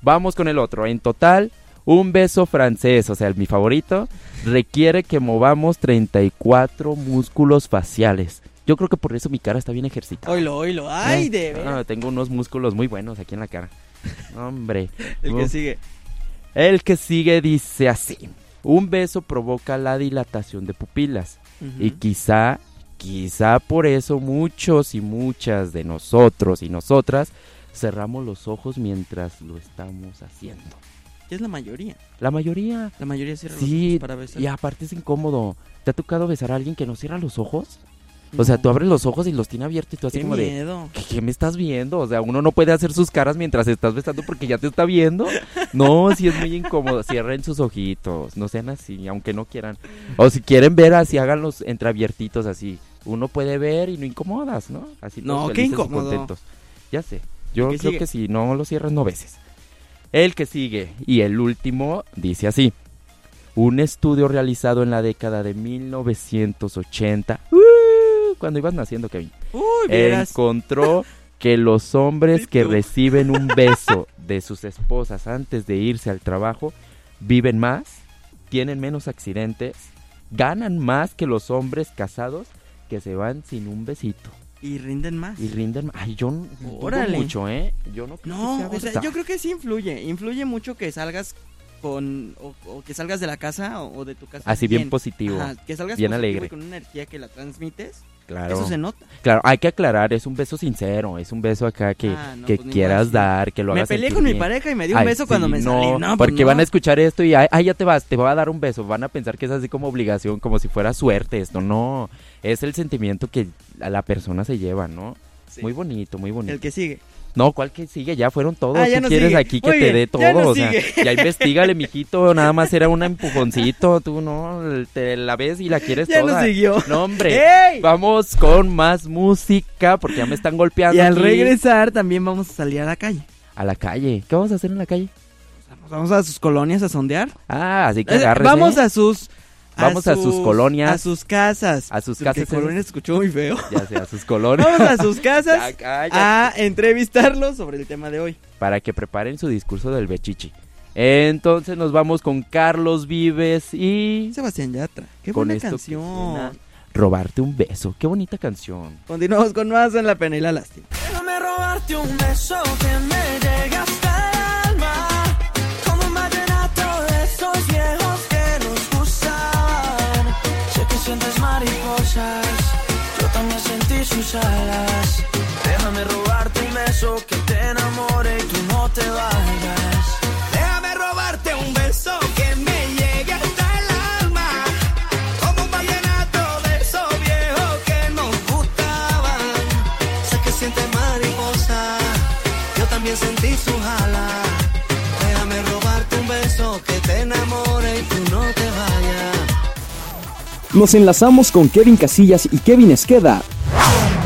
Vamos con el otro. En total, un beso francés, o sea, el- mi favorito, requiere que movamos 34 músculos faciales. Yo creo que por eso mi cara está bien ejercitada. Oilo, oilo. ¡Ay, ¿Eh? de veras! Ah, tengo unos músculos muy buenos aquí en la cara. Hombre. El que Uf. sigue. El que sigue dice así. Un beso provoca la dilatación de pupilas. Y Ujú. quizá, quizá por eso muchos y muchas de nosotros y nosotras cerramos los ojos mientras lo estamos haciendo. Que es la mayoría. La mayoría. La mayoría cierra los Sí, ojos para besar. y aparte es incómodo. ¿Te ha tocado besar a alguien que no cierra los ojos? O sea, tú abres los ojos y los tiene abiertos y tú así Qué como de... miedo. ¿Qué, qué me estás viendo? O sea, uno no puede hacer sus caras mientras estás besando porque ya te está viendo. No, si es muy incómodo. Cierren sus ojitos, no sean así, aunque no quieran. O si quieren ver así, háganlos entreabiertitos así. Uno puede ver y no incomodas, ¿no? Así No, todos qué felices y incómodo. contentos. Ya sé. Yo ¿El que creo sigue? que si no lo cierras no veces. El que sigue y el último dice así. Un estudio realizado en la década de 1980. ¡uh! cuando ibas naciendo, Kevin Uy, vieras. encontró que los hombres Sí, que tú. reciben un beso de sus esposas antes de irse al trabajo viven más, tienen menos accidentes, ganan más que los hombres casados que se van sin un besito Y rinden más. y rinden más. Ay, yo no dudo Órale. mucho, ¿eh? Yo no creo que No, sea o sea, verdad. yo creo que sí influye. Influye mucho que salgas con. O, o que salgas de la casa o, o de tu casa. así bien, positivo. Ajá, que salgas bien positivo y alegre. con una energía que la transmites. Claro. Eso se nota. Claro, hay que aclarar, es un beso sincero, es un beso acá que, Ah, no, que pues, ni quieras más, sí. dar, que lo me hagas peleé sentir con mi bien. pareja y me dio un Ay, beso cuando sí, me no, salí. No, pues porque no. van a escuchar esto y ay, ay, ya te vas, te va a dar un beso, van a pensar que es así como obligación, como si fuera suerte esto, no, es el sentimiento que a la persona se lleva, ¿no? Sí. Muy bonito, muy bonito. El que sigue. No, ¿cuál que sigue? Ya fueron todos. Ah, ¿Qué ya no quieres sigue. aquí que Muy te bien, dé ya todo? no o sea, sigue. ya investigale, mijito. Nada más era un empujoncito. Tú no te la ves y la quieres Ya toda. no siguió. No, hombre. ¡Ey! Vamos con más música porque ya me están golpeando. Y al aquí. regresar también vamos a salir a la calle. A la calle. ¿Qué vamos a hacer en la calle? Nos Vamos a sus colonias a sondear. Ah, así que Eh, agárrese. Vamos a sus. Vamos a sus colonias. A sus casas. A sus Porque casas. colonias escuchó muy feo. Ya sea, a sus colores. Vamos a sus casas Ya, cállate. a entrevistarlos sobre el tema de hoy. para que preparen su discurso del bechichi. Entonces nos vamos con Carlos Vives y Sebastián Yatra. Qué con buena esto que canción. suena, Robarte un beso. Qué bonita canción. Continuamos con más en La Pena y la Lástima. Déjame robarte un beso que me llega hasta el alma Como un vallenato de esos viejos que nos gustan Sé que sientes mariposas, yo también sentí sus alas Déjame robarte un beso que te enamore y tú no te vayas Déjame robarte un beso que me llegue hasta el alma Como un vallenato de esos viejos que nos gustaban Sé que sientes mariposa, yo también sentí su jala. Déjame robarte un beso que te enamore y tú no te vayas. Nos enlazamos con Kevin Casillas y Kevin Esqueda,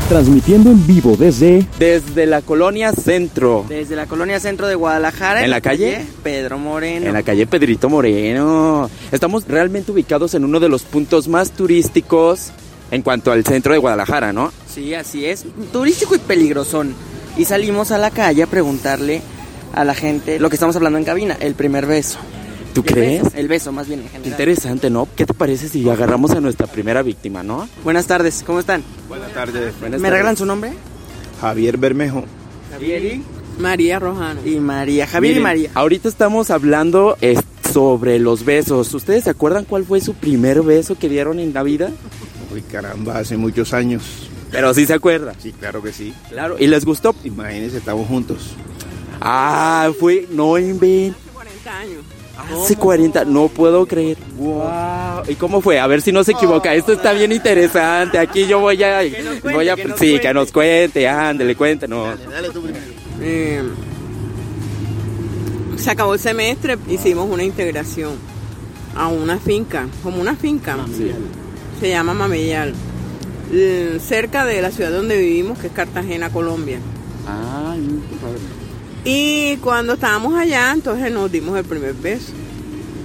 transmitiendo en vivo desde Desde la colonia Centro, Desde la colonia centro de Guadalajara. ¿En en la la calle? calle Pedro Moreno. en la calle Pedrito Moreno. Estamos realmente ubicados en uno de los puntos más turísticos en cuanto al centro de Guadalajara, ¿no? Sí, así es. Turístico y peligrosón. Y salimos a la calle a preguntarle a la gente lo que estamos hablando en cabina, el primer beso. ¿Tú crees? El beso, más bien en Qué interesante, ¿no? ¿Qué te parece si agarramos a nuestra primera víctima, no? Buenas tardes, ¿cómo están? Buenas tardes. ¿Me regalan su nombre? Javier Bermejo. Javier y María Rojano. Y María, Javier y Miren, María. Ahorita estamos hablando eh, sobre los besos. ¿Ustedes se acuerdan cuál fue su primer beso que dieron en la vida? Uy, caramba, hace muchos años. Pero sí se acuerdan. Sí, claro que sí. Claro. ¿Y les gustó? Imagínense, estamos juntos. Ah, fue, no inven. Hace 40 años. Hace 40, no puedo creer. Wow. ¿Y cómo fue? A ver si no se equivoca. Esto está bien interesante. Aquí yo voy a. voy a sí, que nos cuente. Ándale, cuéntenos. Eh, se acabó el semestre, hicimos una integración a una finca, como una finca. Se llama Mameyal. eh, Cerca de la ciudad donde vivimos, que es Cartagena, Colombia. Y cuando estábamos allá, entonces nos dimos el primer beso.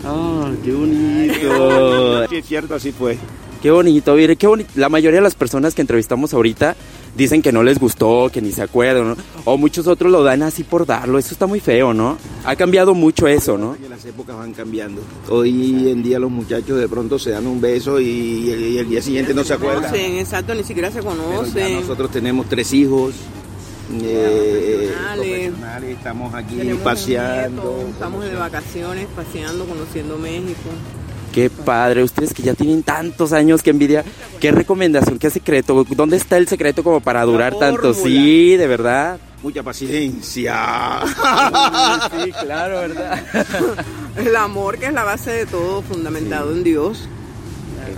Ah, qué bonito. Sí, es cierto, así fue. Qué bonito, mire, qué bonito. La mayoría de las personas que entrevistamos ahorita dicen que no les gustó, que ni se acuerdan, ¿no? o muchos otros lo dan así por darlo. Eso está muy feo, ¿no? Ha cambiado mucho eso, ¿no? Que las épocas van cambiando. Hoy en día los muchachos de pronto se dan un beso y, y el día siguiente no se No acuerdan. sé, exacto, ni siquiera se Pero ya conocen. nosotros tenemos tres hijos. eh, profesionales. profesionales, estamos aquí tenemos un paseando. nieto, estamos de vacaciones, paseando, conociendo México. Qué padre, ustedes que ya tienen tantos años, qué envidia. ¿Qué recomendación, qué secreto? ¿Dónde está el secreto como para durar tanto? fórmula. Sí, de verdad. Mucha paciencia. Sí, claro, ¿verdad? El amor que es la base de todo, fundamentado en Dios.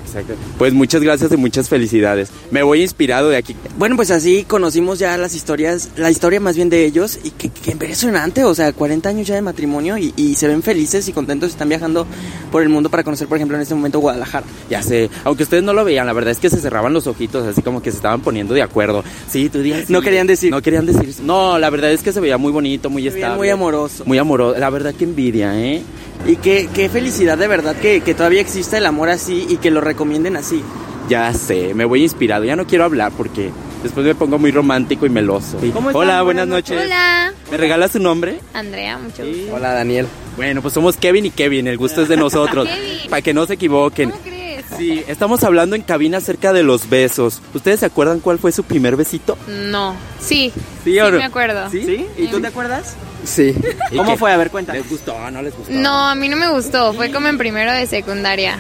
Exacto. Pues muchas gracias y muchas felicidades. Me voy inspirado de aquí. Bueno, pues así conocimos ya las historias, la historia más bien de ellos y qué, qué impresionante, o sea, 40 años ya de matrimonio y, y se ven felices y contentos, están viajando por el mundo para conocer, por ejemplo, en este momento Guadalajara. Ya sé, aunque ustedes no lo veían, la verdad es que se cerraban los ojitos, así como que se estaban poniendo de acuerdo. Sí, tú dices. No querían decir. No querían decir. No, la verdad es que se veía muy bonito, muy Se veía estable. muy amoroso. Muy amoroso. La verdad que envidia, ¿eh? Y qué, qué felicidad de verdad que, que todavía existe el amor así y que lo recomienden así. Ya sé, me voy inspirado. Ya no quiero hablar porque después me pongo muy romántico y meloso. ¿Cómo están? Hola, buenas Buenas noches. Hola, ¿Me regalas tu nombre? Andrea, mucho gusto. Hola, Daniel. Bueno, pues somos Kevin y Kevin, el gusto es de nosotros. Kevin. Para que no se equivoquen. ¿Cómo crees? Sí, estamos hablando en cabina acerca de los besos. ¿Ustedes se acuerdan cuál fue su primer besito? No, sí, Sí, o no? me acuerdo. ¿Sí? ¿Y tú te acuerdas? Sí. ¿Y ¿Cómo qué? fue? A ver, cuéntame. ¿Les gustó? ¿No les gustó? No, a mí no me gustó, fue como en primero de secundaria.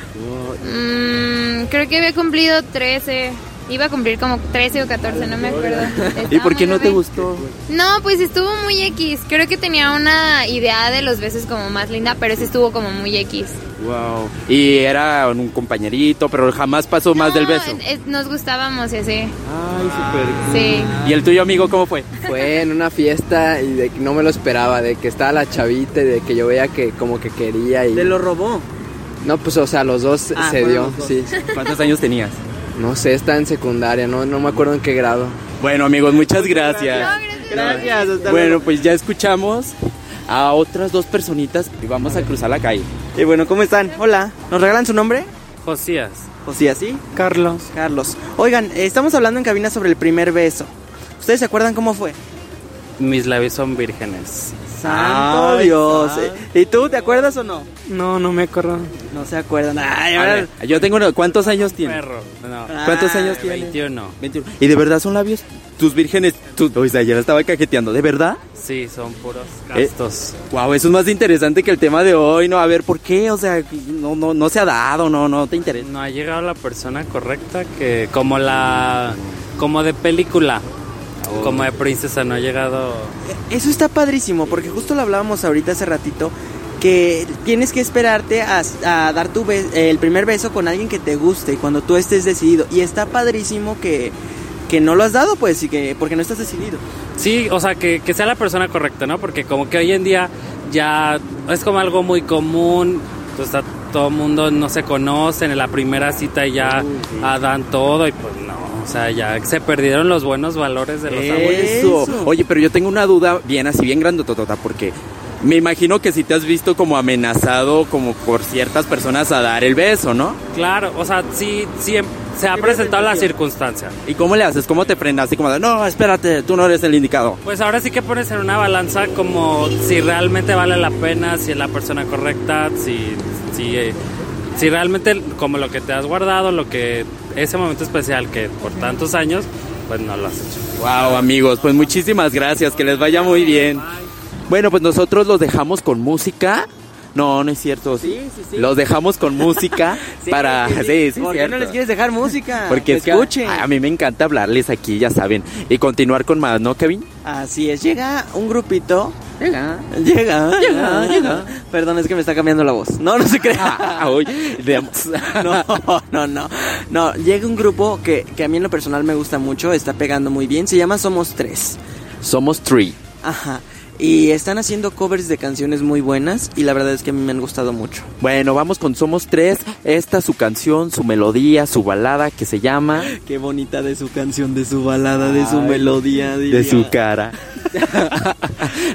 Mm, creo que había cumplido 13, Iba a cumplir como 13 o 14, no me acuerdo. ¿Y por Estaba qué muy no te joven. gustó? No, pues estuvo muy X. Creo que tenía una idea de los besos como más linda, pero ese estuvo como muy X. Wow. Y era un compañerito, pero jamás pasó más del beso. Es- Nos gustábamos y así. Ay, súper Sí. ¿Y el tuyo, amigo, cómo fue? Fue en una fiesta y de que no me lo esperaba, de que estaba la chavita y de que yo veía que como que quería y... ¿Te lo robó? No, pues o sea, los dos Ah, se fueron dio, los dos. sí. ¿Cuántos años tenías? No sé, está en secundaria, no, no me acuerdo en qué grado. Bueno, amigos, muchas gracias. Gracias, hasta Bueno, luego. pues ya escuchamos a otras dos personitas y vamos a cruzar la calle. Y bueno, ¿cómo están? Hola, ¿nos regalan su nombre? Josías. Josías, ¿sí? Carlos. Carlos. Oigan, eh, estamos hablando en cabina sobre el primer beso. ¿Ustedes se acuerdan cómo fue? Mis labios son vírgenes. Santo Ay, Dios. santo. Eh, ¿Y tú te acuerdas o no? No, no me acuerdo. No se acuerdan. Ay, ahora- yo tengo uno. ¿Cuántos años tienes? Perro. No. ¿Cuántos años tienes? 21. 21. ¿Y de verdad son labios? Tus vírgenes, tus... O sea, ya la estaba cajeteando, ¿de verdad? Sí, son puros Eh, gastos. Guau, eso es más interesante que el tema de hoy, ¿no? A ver, ¿por qué? O sea, no, no, no se ha dado, no, no te interesa. No ha llegado la persona correcta que como la como de película, como de princesa no ha llegado. Eso está padrísimo, porque justo lo hablábamos ahorita hace ratito, que tienes que esperarte a, a dar tu be- eh, el primer beso con alguien que te guste, cuando tú estés decidido. Y está padrísimo que, que no lo has dado, pues, y que porque no estás decidido. Sí, o sea, que, que sea la persona correcta, ¿no? Porque como que hoy en día ya es como algo muy común, o sea, todo el mundo no se conoce, en la primera cita ya ah, dan todo y pues no, o sea, ya se perdieron los buenos valores de Eh. los Eso. abuelos. Oye, pero yo tengo una duda bien así, bien grandototota, porque me imagino que si te has visto como amenazado como por ciertas personas a dar el beso, ¿no? Claro, o sea, sí, sí em, se ha presentado la circunstancia. ¿Y cómo le haces? ¿Cómo te frenas? Así como, de, no, espérate, tú no eres el indicado. Pues ahora sí que pones en una balanza como si realmente vale la pena, si es la persona correcta, si, si, eh, si realmente como lo que te has guardado, lo que ese momento especial que por tantos años, pues no lo has hecho. Wow, amigos, pues muchísimas gracias, que les vaya muy bien. Bueno, pues nosotros los dejamos con música. No, no es cierto. Sí, sí, sí. Los dejamos con música para... Sí, sí, es ¿Por qué no cierto. les quieres dejar música? Porque Que es que ah, escuchen. a, a mí me encanta hablarles aquí, ya saben. Y continuar con más, ¿no, Kevin? Así es, llega un grupito. Llega. Llega, llega, llega. Perdón, es que me está cambiando la voz. No, no se Ah, crea. no, no, no. No, llega un grupo que, que a mí en lo personal me gusta mucho, está pegando muy bien. Se llama Somos Tres. Somos Tree. Ajá. Y están haciendo covers de canciones muy buenas y la verdad es que a mí me han gustado mucho. Bueno, vamos con Somos Tres. Esta es su canción, su melodía, su balada que se llama... Qué bonita de su canción, de su balada, de su Ay, melodía. De diría. su cara.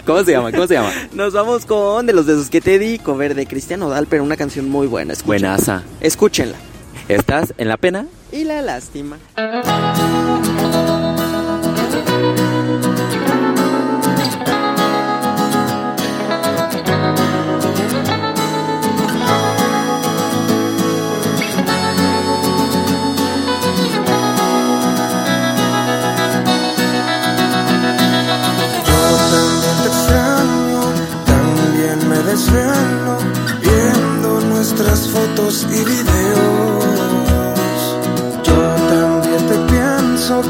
¿Cómo se llama? ¿Cómo se llama? Nos vamos con De los dedos que te di, cover de Cristian Odal, pero una canción muy buena. Escuchen. Buenaza. Escúchenla. ¿Estás en la pena? Y la lástima. Yo también te extraño, también me desvelo viendo nuestras fotos y videos. Yo también te pienso,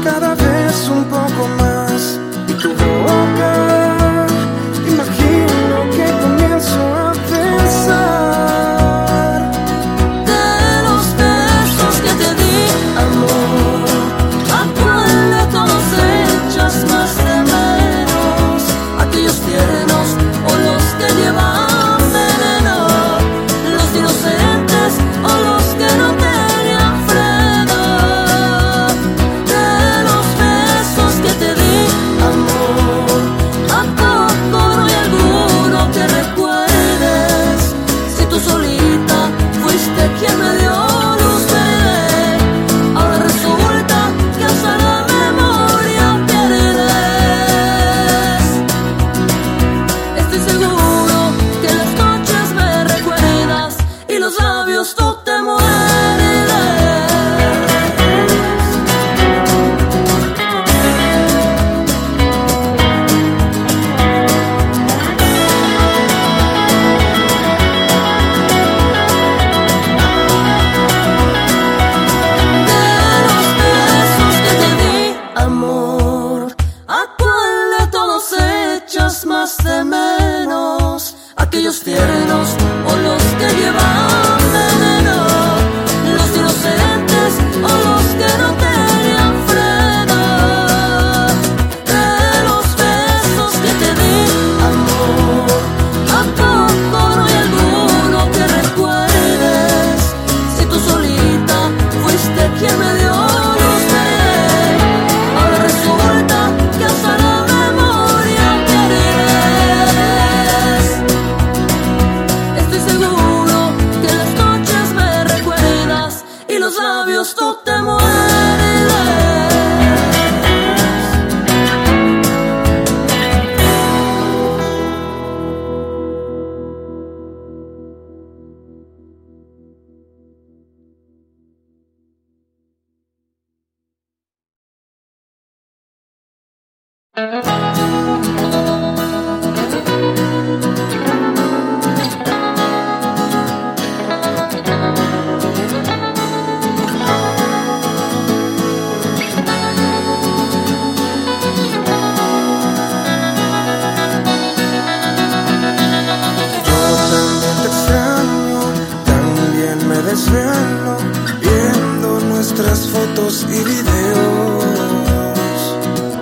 Yo también te extraño, también me desvelo viendo nuestras fotos y videos.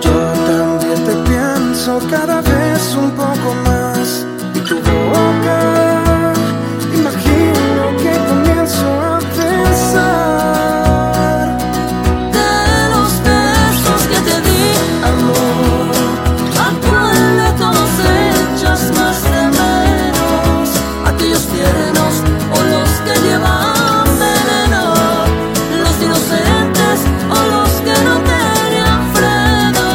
Yo también te pienso cada vez un poco más y tu boca. Imagino que comienzo a pensar de los besos que te di, amor. ¿A cuál de todos echas más de menos? Aquellos tiernos o los que llevan veneno, los inocentes o los que no tenían freno.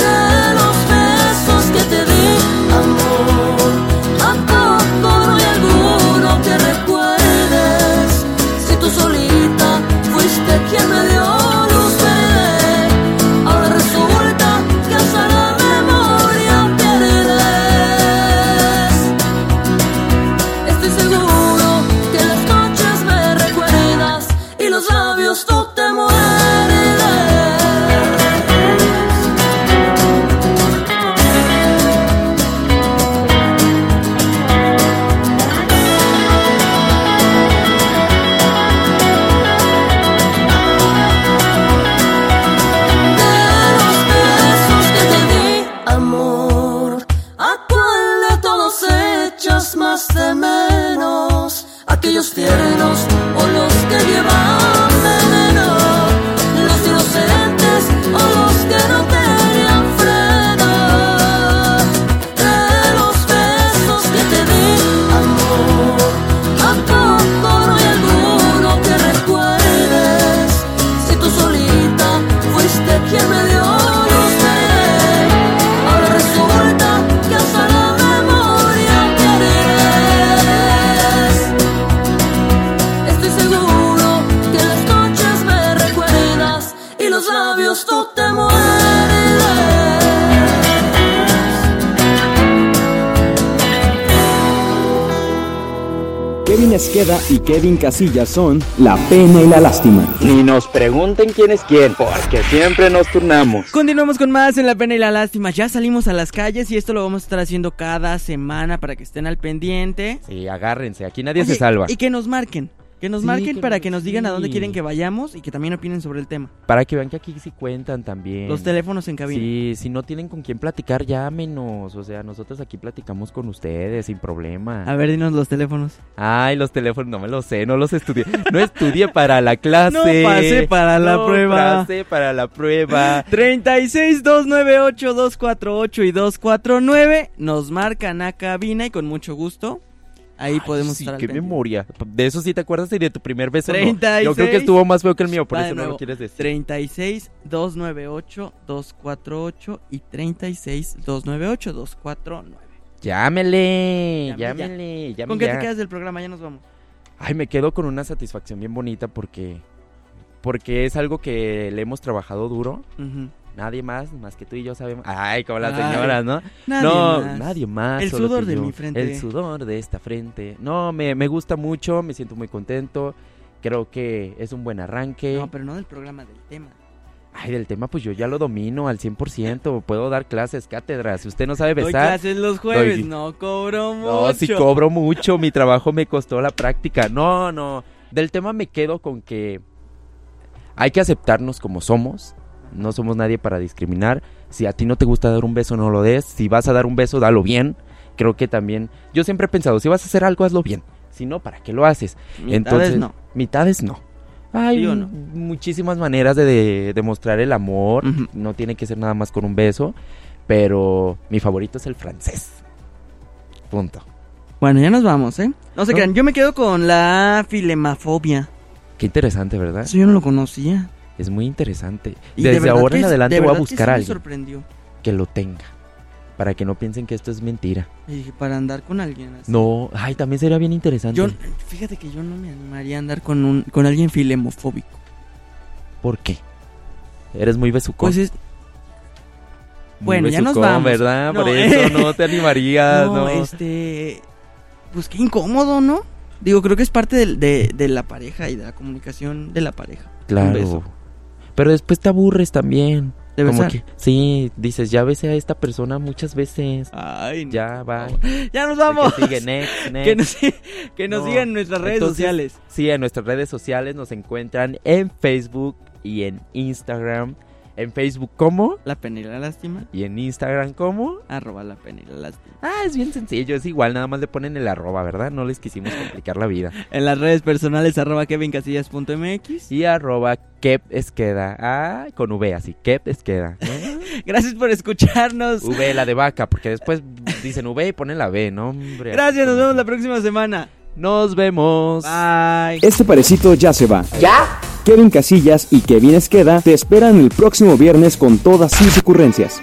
De los besos que te di, amor, ¿a poco no hay alguno que recuerdes? Si tú solita fuiste quien me dio luz verde. Ahora resulta que hasta la memoria pierdes. Estoy seguro que las noches me recuerdas y los labios tú te amor. ¿A cuál de todos echas más de menos? Aquellos tiernos o los que llevan veneno, los inocentes o los que no tenían freno. De los besos que te di, amor, ¿a poco no hay alguno que recuerdes? Si tú solita fuiste quien me dio los besos. Ahora resulta que hasta la memoria quieres. Estoy seguro que las noches me recuerdas y los labios tú te Kevin Esqueda y Kevin Casillas son la pena y la lástima. Ni nos pregunten quién es quién, porque siempre nos turnamos. Continuamos con más en La Pena y la Lástima. Ya salimos a las calles y esto lo vamos a estar haciendo cada semana para que estén al pendiente. Sí, agárrense, aquí nadie Oye, se salva. Y que nos marquen. Que nos Sí, marquen que para nos- que nos digan a dónde sí. quieren que vayamos y que también opinen sobre el tema. Para que vean que aquí sí cuentan también. Los teléfonos en cabina. Sí, si no tienen con quién platicar, llámenos. O sea, nosotros aquí platicamos con ustedes sin problema. A ver, dinos los teléfonos. Ay, los teléfonos, no me los sé, no los estudié. No estudié para la clase. No pasé para la No prueba. pasé para la prueba. 36 298 248 y 249 nos marcan a cabina y con mucho gusto ahí podemos Sí, estar al qué pendiente. memoria. De eso sí te acuerdas y de tu primer beso. no. 36. Yo creo que estuvo más feo que el mío, por Va eso de no lo nuevo. quieres decir. 36 298 248 y 36 298 249. Llámele, Llame ya. llámele, llámele. ¿Con qué te quedas del programa? Ya nos vamos. Ay, me quedo con una satisfacción bien bonita porque porque es algo que le hemos trabajado duro. Ujú. Nadie más, más que tú y yo sabemos. Ay, como las Ay, señoras, ¿no? nadie no, más. nadie más. El solo sudor tú y de yo. mi frente. El sudor de esta frente. No, me, me gusta mucho, me siento muy contento. Creo que es un buen arranque. No, pero no del programa, del tema. Ay, del tema, pues yo ya lo domino al 100%. Puedo dar clases, cátedras. Si usted no sabe Doy besar. clases los jueves, doy- no cobro mucho. no, si cobro mucho, mi trabajo me costó la práctica. No, no. Del tema me quedo con que hay que aceptarnos como somos. No somos nadie para discriminar. Si a ti no te gusta dar un beso, no lo des. Si vas a dar un beso, dalo bien. Creo que también. Yo siempre he pensado, si vas a hacer algo, hazlo bien. Si no, ¿para qué lo haces? Mitades no. Mitades no. Hay ¿Sí o no? muchísimas maneras de- de demostrar el amor. No tiene que ser nada más con un beso. Pero mi favorito es el francés. Punto. Bueno, ya nos vamos, ¿eh? No se No. crean, yo me quedo con la filemafobia. Qué interesante, ¿verdad? Eso yo no lo conocía. Es muy interesante. Y de Desde verdad ahora que en es- adelante de voy a verdad que sí buscar me a alguien sorprendió. que lo tenga. Para que no piensen que esto es mentira. Y dije, para andar con alguien así. No, ay, también sería bien interesante. Yo, fíjate que yo no me animaría a andar con un con alguien filemofóbico. ¿Por qué? Eres muy besucón. Pues es Pues, eh, Bueno, Muy ya nos besucón, vamos. ¿verdad? Por eso no te animarías, ¿no? este... Pues qué incómodo, ¿no? Digo, creo que es parte del- de, de la pareja y de la comunicación de la pareja. Un beso. Claro. Pero después te aburres también. ¿De Como besar? que, sí, dices, ya besé a esta persona muchas veces. Ay, Ya, va. Ya nos vamos. Que sigue, next, next. Que nos, que nos No. sigan en nuestras redes Entonces, sociales. Sí, en nuestras redes sociales nos encuentran en Facebook y en Instagram. En Facebook, ¿cómo? La Penila Lástima. Y en Instagram, ¿cómo? Arroba la Penila Lástima. Ah, es bien sencillo, es igual, nada más le ponen el arroba, ¿verdad? No les quisimos complicar la vida. En las redes personales, arroba kevincasillas.mx. Y arroba Kep Esqueda. Ah, con V así, Kep Esqueda. Gracias por escucharnos. V, la de vaca, porque después dicen V y ponen la B, ¿no? Hombre. Gracias, nos vemos la próxima semana. Nos vemos. Bye. Este parecito ya se va. ¿Ya? Kevin Casillas y Kevin Esqueda te esperan el próximo viernes con todas sus ocurrencias.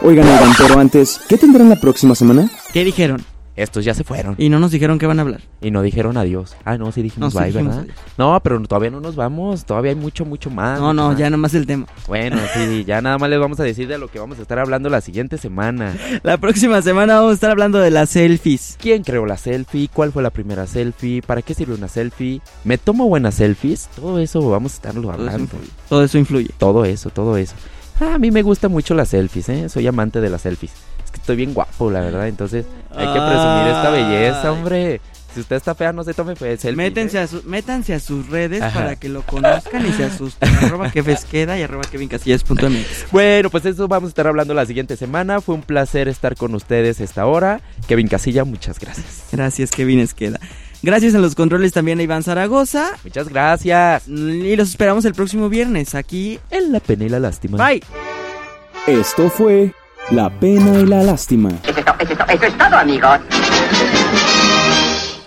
Oigan, oigan, pero antes, ¿qué tendrán la próxima semana? ¿Qué dijeron? Estos ya se fueron. Y no nos dijeron que van a hablar. Y no dijeron adiós. Ah, no, sí dijimos No, sí bye, dijimos ¿verdad? No, pero todavía no nos vamos. Todavía hay mucho, mucho más. No, mucho no, más. ya nomás el tema. Bueno, sí, ya nada más les vamos a decir de lo que vamos a estar hablando la siguiente semana. La próxima semana vamos a estar hablando de las selfies. ¿Quién creó la selfie? ¿Cuál fue la primera selfie? ¿Para qué sirve una selfie? ¿Me tomo buenas selfies? Todo eso vamos a estarlo hablando. Todo eso influye. Todo eso, todo eso. Ah, a mí me gustan mucho las selfies, ¿eh? Soy amante de las selfies. Es que estoy bien guapo, la verdad. Entonces, hay que presumir esta belleza, Ay. hombre. Si usted está fea, no se tome pues, ¿eh? fe- selfie. Métanse a su- métanse a sus redes Ajá. para que lo conozcan y se asusten. arroba kefesqueda y arroba kevincasillas.mx. Bueno, pues eso vamos a estar hablando la siguiente semana. Fue un placer estar con ustedes esta hora. Kevin Casilla, muchas gracias. Gracias, Kevin Esqueda. Gracias a los controles también a Iván Zaragoza. Muchas gracias. Y los esperamos el próximo viernes aquí en La Pena y la Lástima. Bye. Esto fue La Pena y la Lástima. Eso es todo, amigos.